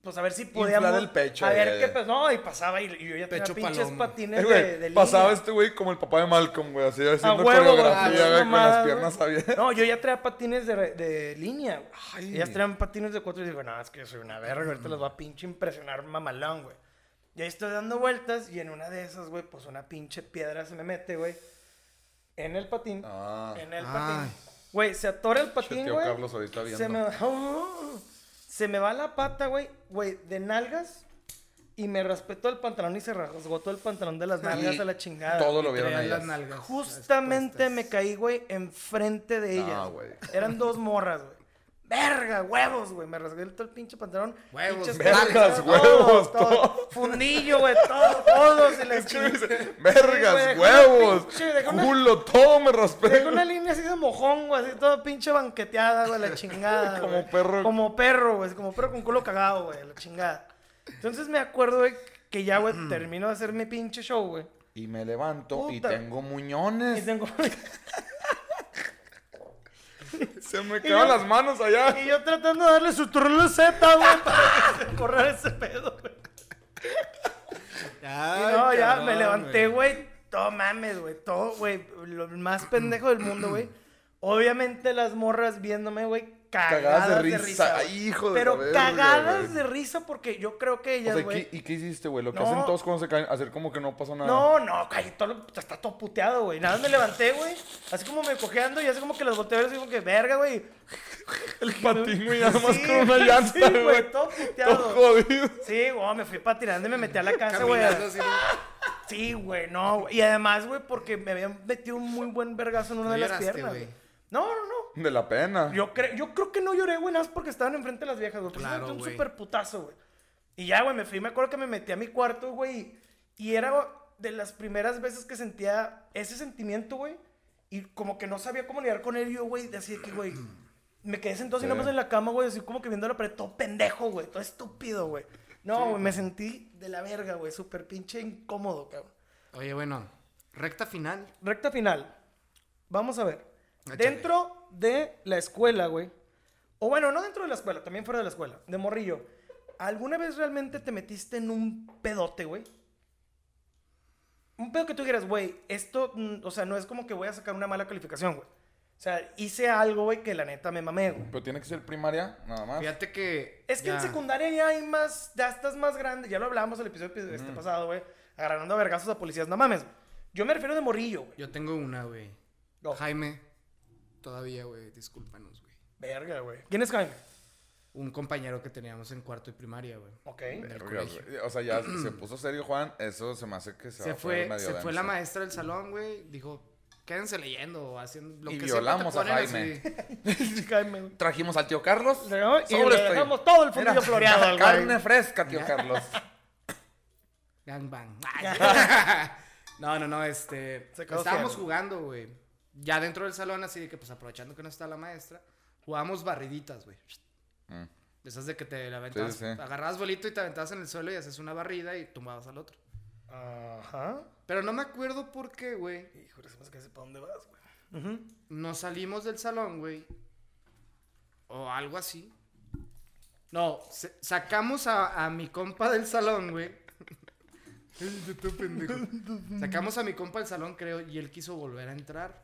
Pues a ver si podíamos.
el pecho,
A ver
güey.
qué pasó. No, y pasaba y, y yo ya tenía
Pecho
pinches
palomo.
Eh,
patines
güey,
de, de línea.
pasaba este güey como el papá de Malcolm, güey, así
A
haciendo
huevo, güey,
coreografía,
haciendo
güey, con
mamadas,
las piernas
güey. [LAUGHS]
abiertas.
No, yo ya traía patines de, re- de línea. güey.
Ay. Mm.
Ellas traían patines de cuatro y digo, no, es que soy una verga, ahorita los va a pinche impresionar mamalón, güey. Y ahí estoy dando vueltas y en una de esas, güey, pues una pinche piedra se me mete, güey. En el patín.
Ah,
En el
Ay.
patín. Güey, se atora el
pinche
patín,
tío
güey.
Carlos ahorita
Se
viendo.
me, ¡oh! se me va la pata, güey. Güey, de nalgas. Y me respetó el pantalón y se rasgó todo el pantalón de las nalgas
Y
a la chingada.
Todo lo vieron
Traían
ellas.
las nalgas.
Justamente
expuestas.
me caí, güey, enfrente de
No,
ellas.
güey.
Eran dos morras, güey. Verga, huevos, güey. Me rasgué todo el pinche pantalón.
Huevos,
Pinches
vergas,
calzas,
huevos, todo.
Fundillo, güey, todo, todo. Se
[LAUGHS]
les
Es que me dice,
Sí, güey,
vergas,
dejó una
huevos,
pinche- dejó una-
culo, todo me
Tengo
respeto.
una línea así de mojón, güey, así toda pinche banqueteada,
[LAUGHS]
güey, la chingada.
Como
güey.
perro.
Como perro, güey, como perro con culo cagado, güey, la chingada. Entonces me acuerdo, güey, que
[CLEARS THROAT]
ya, güey, termino de hacer mi pinche show, güey.
Y me levanto y
Puta.
tengo
Y
muñones.
tengo- [LAUGHS]
Se me
yo-
quedan las manos allá.
y yo tratando de darle su turno Z,
[LAUGHS]
güey, para que se corra ese pedo, güey. Y
Ay,
no, ya
cabrón,
me levanté, güey. Todo mames, güey. Todo, güey. Lo más pendejo del mundo, güey. Obviamente las morras viéndome, güey. Cagadas, de risa. güey.
hijo de
Pero
la verga,
cagadas
güey.
de risa porque yo creo que
O
ellas,
sea,
güey.
¿qué- ¿y qué hiciste, güey? Lo que
No.
hacen todos cuando se caen, hacer como que no pasó nada.
No, no, caí todo, lo- está todo puteado, güey. Nada más me levanté, güey. Así como me cojeando y así como que las volteé a ver así como que, verga, güey.
El patín, güey, nada más
[LAUGHS] Sí,
con una llanta,
sí,
güey.
Todo
todo
puteado.
jodido.
Sí, güey, me fui patinando y me metí a la casa, güey.
Caminando así, güey.
Sí, güey, no, güey. Y además, güey, porque me habían metido un muy buen vergazo en una
No
de las
lloraste,
piernas.
güey.
güey. No, no, no.
De la pena.
Yo, cre- yo creo que no lloré, güey, nada más porque estaban enfrente de las viejas, güey. Pues
Claro,
me metí un
güey.
super putazo, güey. Y ya, güey, me fui. Me acuerdo que me metí a mi cuarto, güey. Y era de las primeras veces que sentía ese sentimiento, güey. Y como que no sabía cómo lidiar con él, yo, güey. de Así de que, güey. Me quedé sentado así
Sí.
nomás en la cama, güey, así como que viendo la pared, todo pendejo, güey, todo estúpido, güey. No, güey, me sentí de la verga, güey, súper pinche incómodo, cabrón.
Oye, bueno, recta final.
Recta final. Vamos a ver.
Échale.
Dentro de la escuela, güey. O bueno, no dentro de la escuela, también fuera de la escuela. De morrillo. ¿Alguna vez realmente te metiste en un pedote, güey? Un pedo que tú dijeras, güey, esto, mm, o sea, no es como que voy a sacar una mala calificación, güey. O sea, hice algo, güey, que la neta me mamé, güey.
Pero tiene que ser primaria, nada más.
Fíjate que.
Es que en
ya.
secundaria ya hay más, ya estás más grande. Ya lo hablábamos en el episodio este pasado, güey. Agarrando a vergazos a policías, no mames. güey. Yo me refiero de morrillo, güey.
Yo tengo una, güey.
No.
Jaime, todavía, güey, discúlpanos, güey.
Verga, güey. ¿Quién es Jaime?
Un compañero que teníamos en cuarto y primaria, güey.
Ok.
Vergas,
colegio.
güey. O sea, ya se puso serio, Juan. Eso se me hace que se, va
Se
a poner
fue,
medio
se fue la
denso.
maestra del salón, güey. Dijo, quédense leyendo o haciendo lo
Y
que sea que te
violamos a
ponen
Jaime.
así". [LAUGHS]
Jaime, güey.
Trajimos al tío Carlos.
No, y
Sobre
le
estoy.
dejamos todo el fundillo
Mira,
floreado al güey.
Carne fresca, tío Carlos.
Gangbang. no, no, no, este.
Se quedó
Estábamos
ciego.
jugando, güey. Ya dentro del salón, así de que, pues aprovechando que no está la maestra, jugábamos barriditas, güey.
Mm.
De esas de que te la aventabas,
sí.
agarrabas bolito y te aventabas en el suelo y haces una barrida y tumbabas al otro.
Ajá.
Pero no me acuerdo por qué, güey.
Híjole, se me hace que sé para dónde vas, güey.
Nos salimos del salón, güey. O algo así. No, se- sacamos a, a mi compa del salón, güey. Tú, pendejo. Sacamos a mi compa del salón, creo, y él quiso volver a entrar.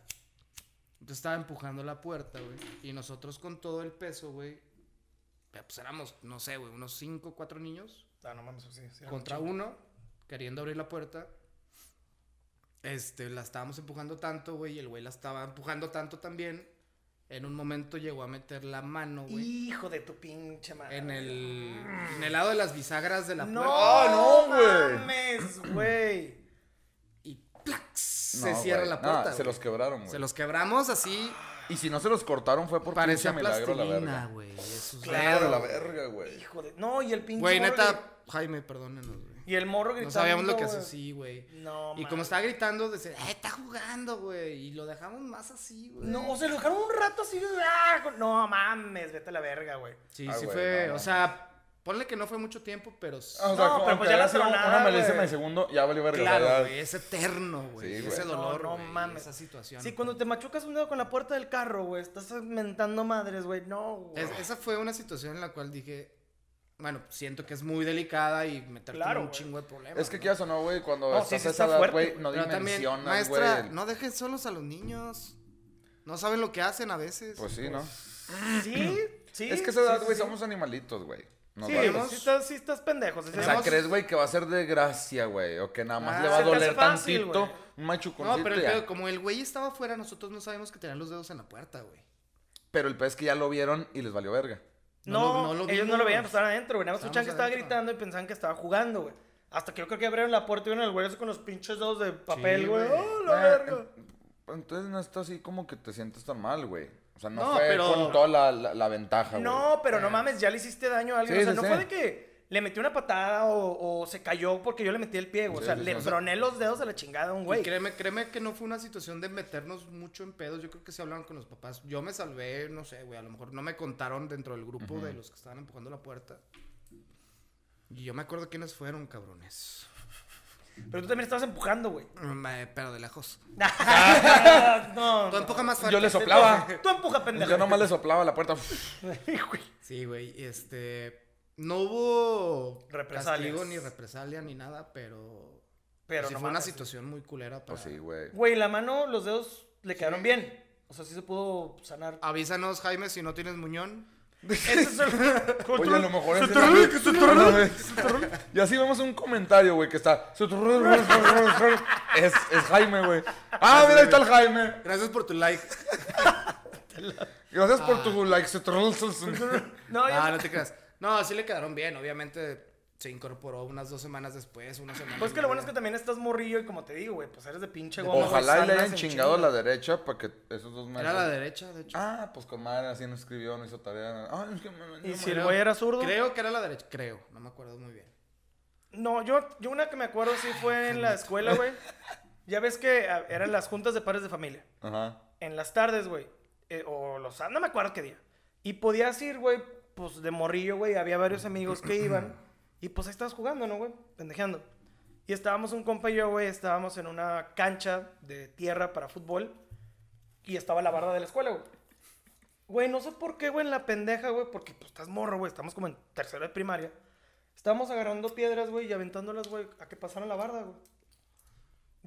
Entonces estaba empujando la puerta, güey. Y nosotros con todo el peso, güey. pero Pues éramos, no sé, güey, unos 5, 4 niños
Ah, no mames, sí. sí
contra uno, queriendo abrir la puerta. Este, la estábamos empujando tanto, güey, y el güey la estaba empujando tanto también. En un momento llegó a meter la mano, güey,
Hijo de tu pinche madre.
en el, en el lado de las bisagras de la
No,
puerta.
Ah,
no,
no, güey.
mames, güey.
Y ¡plax! se
No,
cierra
güey.
la
No,
puerta.
se
güey.
los quebraron, güey.
Se los quebramos así
Y si no se los cortaron fue por
Parecía
pinche milagro la
plastilina,
verga.
güey. Esos-
Milagro
Claro.
la verga, güey.
Hijo de... No, y el pinche
Güey,
morro gri-
neta, Jaime, perdónenos, güey.
Y el morro gritando,
No sabíamos lo que
güey.
hacía, sí, güey.
No,
Y como
mames.
estaba gritando, decía, "Eh, está jugando, güey. Y lo dejamos más así, güey.
No, o sea, lo dejaron un rato así. ah, con- No mames, vete a la verga, güey.
Sí,
Ah,
sí
güey,
fue.
no,
o
no.
sea, ponle que no fue mucho tiempo, pero. s-
Ah, o sea,
No,
como-
pero pues ya
aunque
la
haya sido
tronada,
Una milésima
güey.
de segundo, ya valió verga. o sea,
Claro,
ya-
güey. Es eterno, güey.
Sí, güey.
ese
No,
dolor,
no
güey,
mames.
Esa situación.
Sí, cuando te machucas un dedo con la puerta del carro, güey, estás mentando madres, güey. No, güey.
Es- esa fue una situación en la cual dije. Bueno, siento que es muy delicada y meterte
Claro,
en un
güey.
chingo de problemas.
Es que
¿no?
quieras o no, güey, cuando
No, sí,
estás
sí
a
está
esa edad,
fuerte.
güey, no
Pero también,
dimensionas, güey.
maestra, no dejes solos a los niños. No saben lo que hacen a veces.
Pues sí, ¿no?
Sí,
[CLEARS THROAT]
sí.
es que a esa edad,
sí,
güey,
sí,
somos animalitos, güey. Nos
Sí,
vale.
sí, estás, sí estás pendejo. sí
O sea,
somos-
¿crees, güey, que va a ser de gracia, güey? O que nada más
Ah,
le va
se
a
te hace
doler
fácil,
tantito
güey.
un machuconcito
No, pero el
ya.
pedo, como el güey estaba afuera, nosotros no sabíamos que tenían los dedos en la puerta, güey.
Pero el pedo es que ya lo vieron y les valió verga.
No,
No lo- no lo
ellos
vimos.
no lo veían, pues estaban adentro, güey. Nada más escuchaban que estaba
Estábamos
gritando
adentro.
y pensaban que estaba jugando, güey. Hasta que yo creo que abrieron la puerta y vieron al güey ese con los pinches dedos de papel,
Sí,
güey.
güey.
¡Oh, la
Eh,
verga!
en- Pues, Entonces no está así como que te sientes tan mal, güey. O sea, no,
No,
fue
pero-
con toda la, la- la ventaja, güey.
No, pero no mames, ya le hiciste daño a alguien.
Eh. Sí,
o sea,
sí,
no
sí.
fue de que le metí una patada o, o se cayó porque yo le metí el pie, güey. O
Sí,
sea,
sí,
le
sí.
troné los dedos a la chingada a un güey.
Y créeme, créeme que no fue una situación de meternos mucho en pedos. Yo creo que sí hablaron con los papás. Yo me salvé, no sé, güey. A lo mejor no me contaron dentro del grupo de los que estaban empujando la puerta. Y yo me acuerdo quiénes fueron, cabrones.
Pero tú también estabas empujando,
[LAUGHS]
güey.
Mm, eh, Pero de lejos.
Ah.
no,
Tú
no.
empuja más fuerte.
Yo le soplaba.
Tú empuja, pendejo. [LAUGHS]
Yo nomás le soplaba a la puerta.
Güey.
Sí, güey, este... No hubo
Represalias.
castigo ni represalia ni nada, pero...
Pero
sí
no
fue una
mames.
situación muy culera
Pues
para...
sí, güey.
Güey, la mano, los dedos le quedaron bien. O sea, sí se pudo sanar.
Ah.
Avísanos, Jaime, si no tienes muñón.
[LAUGHS] Ese es el
Oye, a lo mejor es
Suturul, suturul.
Y así vemos un comentario, güey, que está. Es, es Jaime, güey. Ah, mira, ahí está el Jaime.
Gracias por tu like.
Gracias por tu like. suturul.
No, yo-
Ah, no te creas. No, sí le quedaron bien. Obviamente se incorporó unas dos semanas después, una semana.
Pues
y
que lo bueno
media.
es que también estás morrillo y como te digo, güey, pues eres de pinche goma. güey,
Ojalá y le
sanas
hayan
en
chingado a
chinga.
la derecha para que esos dos
Era la
maestros.
derecha, de hecho.
Ah, pues con madre, así no escribió, no hizo tarea. Ay, es que me
Y
venía
si
mal.
el güey era zurdo.
Creo que era la derecha. Creo, no me acuerdo muy bien.
No, yo, yo una que me acuerdo sí fue en la escuela, güey. Ya ves que a- eran las juntas de padres de familia.
Ajá.
En las tardes, güey. eh, o los... No me acuerdo qué día. Y podías ir, güey, pues de morrillo, güey. Había varios amigos que
[CLEARS THROAT]
iban. Y pues ahí estabas jugando, ¿no, güey? Pendejeando. Y estábamos un compa y yo, güey, estábamos en una cancha de tierra para fútbol. Y estaba la barra de la escuela, güey. Güey, no sé por qué, güey, en la pendeja, güey. Porque pues estás morro, güey. Estamos como en tercero de primaria. Estábamos agarrando piedras, güey, y aventándolas, güey, a que pasaran la barda, güey.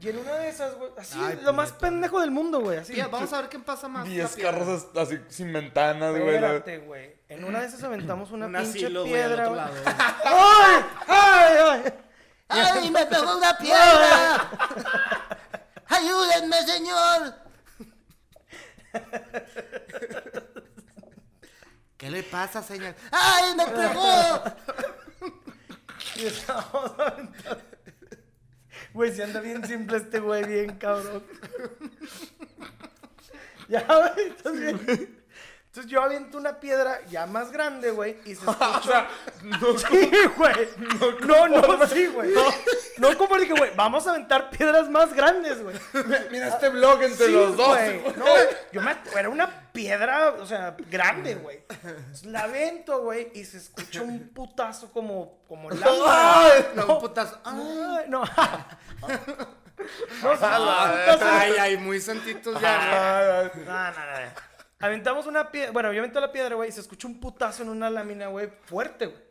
Y en una de esas, güey, así,
Ay,
lo más
puñeta.
pendejo del mundo, güey, así.
Tía, vamos a ver qué pasa más.
10
rápido.
carros hasta- así sin ventanas, güey. la-
Espérate, güey. En una de esas aventamos una
Un
pinche
asilo, güey, al
piedra.
otro
güey.
lado.
[LAUGHS]
[LAUGHS] güey.
¡Ay! ¡Ay, ay!
¡Ay, me pegó una piedra! ¡Ayúdenme, señor!
¿Qué le pasa, señor?
¡Ay, me pegó!
Y estábamos aventando. Güey, si anda bien simple este güey, bien cabrón. ya, güey, estás bien. Entonces yo aviento una piedra ya más grande, güey, y se escucha.
[LAUGHS] O sea, no
[LAUGHS] Sí, güey. No, no, sí, güey. No, no como dije, güey, vamos a aventar piedras más grandes, güey.
Mira este blog entre
Sí,
los dos.
güey.
güey.
No, yo me era una piedra, o sea, grande, güey. Entonces, La avento, güey, y se escucha un putazo como
[LAUGHS]
como lámpara.
Ay,
No, un putazo.
Ah,
Ay,
Ay, no. [LAUGHS] No, sí, un putazo.
Ah, ay, ay, muy santitos ya.
Ah.
ay, ay.
No, no, no, no. Aventamos una piedra. Bueno, yo aventó la piedra, güey, y se escuchó un putazo en una lámina, güey, fuerte, güey.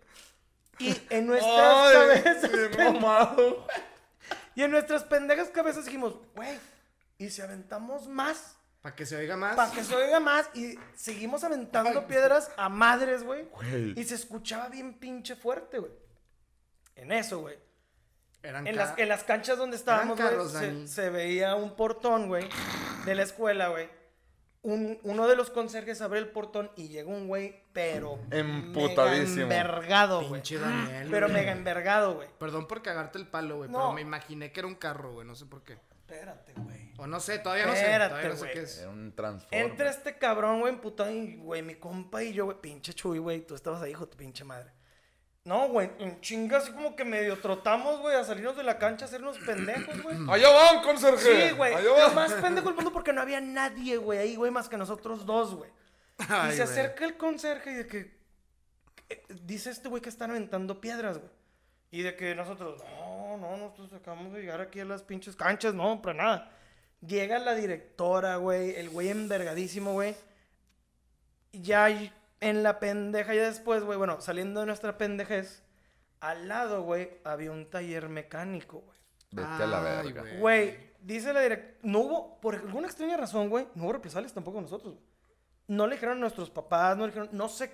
Y en nuestras
Ay,
cabezas.
qué
pendejo,
mamado.
Y en nuestras pendejas cabezas dijimos, güey, y si aventamos más,
Para que se oiga más.
para que se oiga más, y seguimos aventando piedras a madres, güey.
Güey.
Y se escuchaba bien pinche fuerte, güey. En eso, güey.
Eran
En
ca-
las, en las canchas donde estábamos, güey,
carros,
se,
Dani.
se veía un portón, güey, de la escuela, güey. Un- uno de los conserjes abre el portón y llega un güey, pero.
Emputadísimo.
mega Envergado, güey. Ah,
Pinche Daniel.
Pero
güey.
mega envergado, güey.
Perdón por cagarte el palo, güey,
No.
pero me imaginé que era un carro, güey, no sé por qué.
Espérate, güey.
O no sé, todavía no sé.
Espérate,
Todavía no sé
güey.
qué es.
Era un transforme.
Entra este cabrón, güey, emputado. Y, güey, mi compa y yo, güey, pinche Chuy, güey. Tú estabas ahí, hijo de tu pinche madre. No, güey, en chinga, así como que medio trotamos, güey, a salirnos de la cancha a hacernos pendejos, güey.
Allá van, conserje.
Sí, güey.
Allá
Lo
van.
más pendejo del mundo porque no había nadie, güey, ahí, güey, más que nosotros dos, güey.
[LAUGHS] Ay,
y se
güey.
acerca el conserje y de que. eh, Dice este güey que están aventando piedras, güey. Y de que nosotros, no, no, nosotros acabamos de llegar aquí a las pinches canchas, no, para nada. Llega la directora, güey, el güey envergadísimo, güey. Y Ya hay- en la pendeja, ya después, güey, bueno, saliendo de nuestra pendejez, al lado, güey, había un taller mecánico, güey.
Vete a la
Ay,
verga.
güey.
Güey, dice la directora. No hubo, por alguna extraña razón, güey, no hubo represalias tampoco nosotros. güey. No le dijeron a nuestros papás, no le dijeron, no sé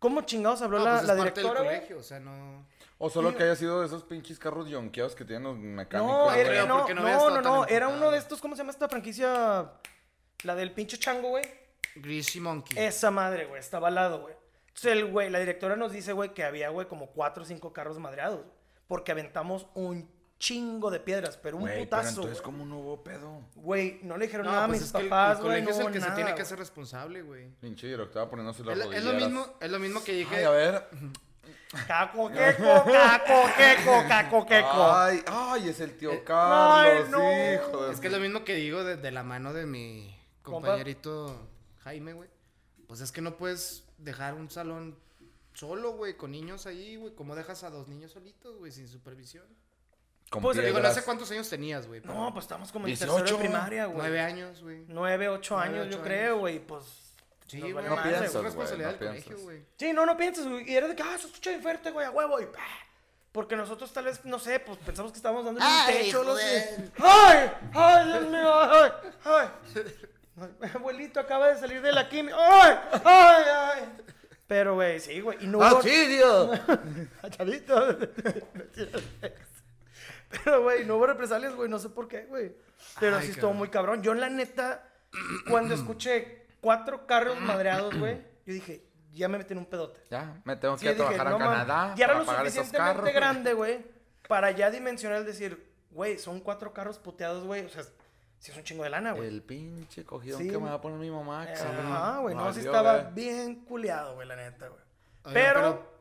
cómo chingados habló
No,
la,
pues es
la
parte
directora.
del
güey.
colegio, o sea, no.
O solo que haya sido de esos pinches carros yonqueados que tienen los mecánicos.
No,
güey.
era-
creo,
no,
porque no
no,
había
no,
estado
no,
tan
era
emputado.
uno de estos, ¿cómo se llama esta franquicia? La del pinche chango, güey.
Greasy Monkey.
Esa madre, güey, estaba al lado, güey. Entonces el güey, la directora nos dice, güey, que había, güey, como cuatro o cinco carros madreados. güey, Porque aventamos un chingo de piedras, pero un
Güey, pero
putazo.
entonces,
güey.
¿cómo no hubo pedo?
Güey, no le dijeron
No,
nada
pues
a mis
es que el-
papás,
el
güey.
colegio es
no,
el que
nada,
se tiene que
güey.
hacer responsable, güey.
Pinche director, poniéndose las
Es, lo- es lo
rodilleras.
mismo, es lo mismo que dije.
Ay, a ver.
Caco, queco, caco, queco, caco, queco.
Ay, ay, es el tío
Eh,
Carlos,
ay, no.
hijo de
Es que es lo mismo que digo de, de la mano de mi
Compa.
compañerito Jaime, güey. Pues es que no puedes dejar un salón solo, güey, con niños ahí, güey. ¿Cómo dejas a dos niños solitos, güey, sin supervisión?
Con
Pues,
Te digo, no
piedras.
sé cuántos años tenías, güey. pero
No, pues estamos como en
18,
tercero de primaria,
Nueve
güey.
años, güey.
Nueve, ocho
Nueve,
años,
ocho
yo
años.
creo, güey. Pues.
Sí,
nos
güey.
vale
No
madre,
piensas,
Es
güey.
responsabilidad
güey, no
del
piensas.
colegio, güey.
Sí, no, no piensas, güey. Y era de que, ah, eso escucha de fuerte, güey, a huevo. Y, bah. Porque nosotros tal vez, no sé, pues pensamos que estábamos dando un
Ay,
techo. no sé.
joder.
¡Ay! ¡Ay, Dios mío! ¡Ay! ¡Ay! [LAUGHS] Mi abuelito acaba de salir de la quimio. ¡Ay! ¡Ay! ¡Ay! Pero, güey, sí, güey. Y no
Ah,
hubo-
¡Auxilio!
[LAUGHS] Ah, Achadito. Pero, güey, no hubo represalias, güey. No sé por qué, güey. Pero
Ay,
sí estuvo
cabrón.
muy cabrón. Yo, la neta, cuando escuché cuatro carros madreados, güey, yo dije, ya me metí en un pedote.
Ya, me tengo
Sí,
que
yo dije,
trabajar a
no mames.
Canadá
Ya era
para
lo
pagar esos
suficientemente
carros.
grande, güey, para ya dimensionar el decir, güey, son cuatro carros puteados, güey. O sea, si es un chingo de lana, güey.
El pinche cogidón
Sí,
que me
güey.
va a poner mi mamá, cabrón.
Ajá, güey. No, sí
Valió,
estaba
güey.
bien culeado, güey, la neta, güey.
Oigan,
Pero,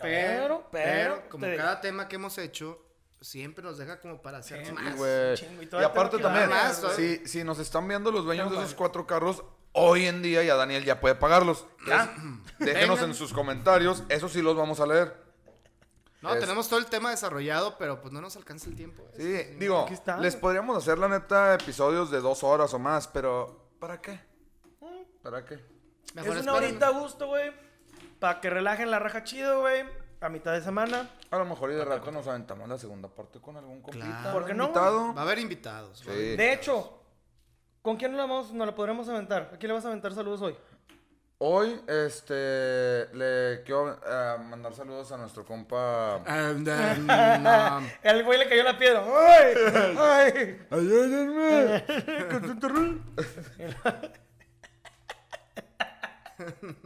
Pero,
pero,
pero,
te
como
digo.
cada tema que hemos hecho, siempre nos deja como para hacer
Sí,
Sí,
más.
güey.
chingo, y
Y,
todavía
aparte
tengo que
también,
pagar más,
si, si nos están viendo los dueños
Tengo
de
que
esos
pagar.
cuatro carros, hoy en día ya Daniel ya puede pagarlos.
Ya.
Entonces, Déjenos
Vengan.
en sus comentarios, eso sí los vamos a leer.
No,
Es-
tenemos todo el tema desarrollado, pero pues no nos alcanza el tiempo.
Sí, digo,
aquí está.
les podríamos hacer la neta episodios de dos horas o más, pero ¿para qué? ¿Para qué?
Mejor
es una
espérenme.
horita a gusto, güey. Para que relajen la raja chido, güey. A mitad de semana.
A lo mejor y de rato nos aventamos la segunda parte con algún compita.
Claro.
¿Por
¿Por
qué
qué no?
invitado.
Va a haber invitados. va a haber
Sí.
De hecho, ¿con quién nos la, vamos, nos la podremos aventar? ¿A quién le vas a aventar saludos hoy?
Hoy, este, le quiero eh, mandar saludos a nuestro compa.
And, um, um,
El güey le cayó la piedra. ¡Ay!
[LAUGHS]
¡Ay!
Ayúdenme.
[LAUGHS]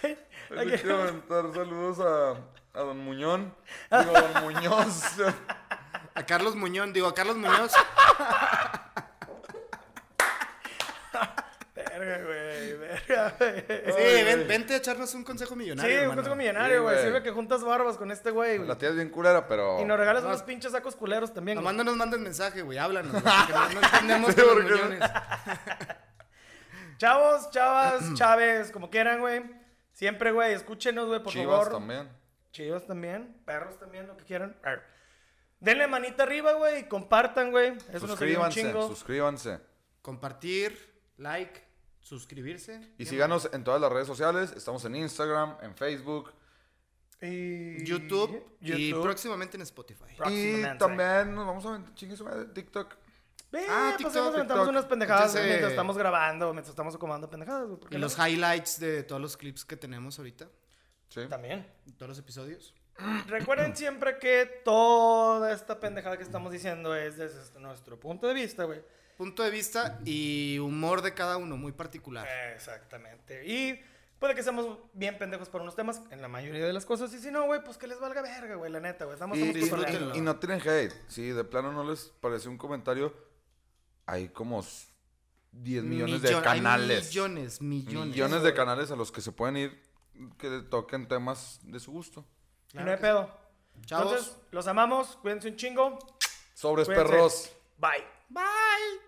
¿Qué? ¿A
Le
quién?
quiero mandar saludos a, a don
[LAUGHS]
Muñón. Digo, a don Muñoz.
a Carlos Muñoz, digo, a
[LAUGHS]
Carlos Muñoz.
Verga, güey. Verga, güey.
Sí, ven- vente a echarnos un consejo
Sí,
millonario.
un
hermano.
consejo millonario,
Sí,
güey.
güey.
Sirve que juntas barbas con este güey, güey.
La tía es bien culera, pero.
Y nos regalas unos pinches sacos culeros también.
Nomás
güey.
no nos mandes mensaje, güey, háblanos. güey, porque
[LAUGHS]
no, no entendemos
Sí,
con los
porque-
muñones.
[CLEARS THROAT]
Chavos, chavas, chaves, como quieran, güey. Siempre, güey, escúchenos, güey, por
Chivas
favor.
también.
Chivas también, perros también, lo que quieran. Arr. Denle manita arriba, güey, y compartan, güey. Eso nos ayuda un
Suscríbanse,
chingo.
suscríbanse.
Compartir, like, suscribirse.
Y síganos en todas las redes sociales. Estamos en Instagram, en Facebook.
Y...
YouTube, y
YouTube.
próximamente en Spotify.
Y
Próximamente.
también nos vamos a aventar chingue su madre, TikTok.
Ve,
Ah,
pues
TikTok,
ahí nos aventamos
TikTok.
unas pendejadas güey,
Entonces,
mientras
eh,
estamos grabando, mientras estamos acomodando pendejadas. güey, ¿por qué
Y
no?
los highlights de todos los clips que tenemos ahorita,
Sí.
También.
todos los episodios.
Recuerden siempre que toda esta pendejada que estamos diciendo es desde este nuestro punto de vista, güey.
Punto de vista y humor de cada uno, muy particular.
Exactamente. Y Puede que seamos bien pendejos por unos temas, en la mayoría de las cosas. Y si no, güey, pues que les valga verga, güey, la neta, güey. Estamos
Y,
somos
y-
cotorreando.
y no tienen hate. Si de plano no les pareció un comentario, hay como s- 10 millones de
Millon- hay
canales.
Millones, millones.
Millones de canales a los que se pueden ir que toquen temas de su gusto.
Y no hay pedo.
Chavos.
Entonces, los amamos. Cuídense un chingo.
Sobres
Cuídense.
perros.
Bye.
Bye.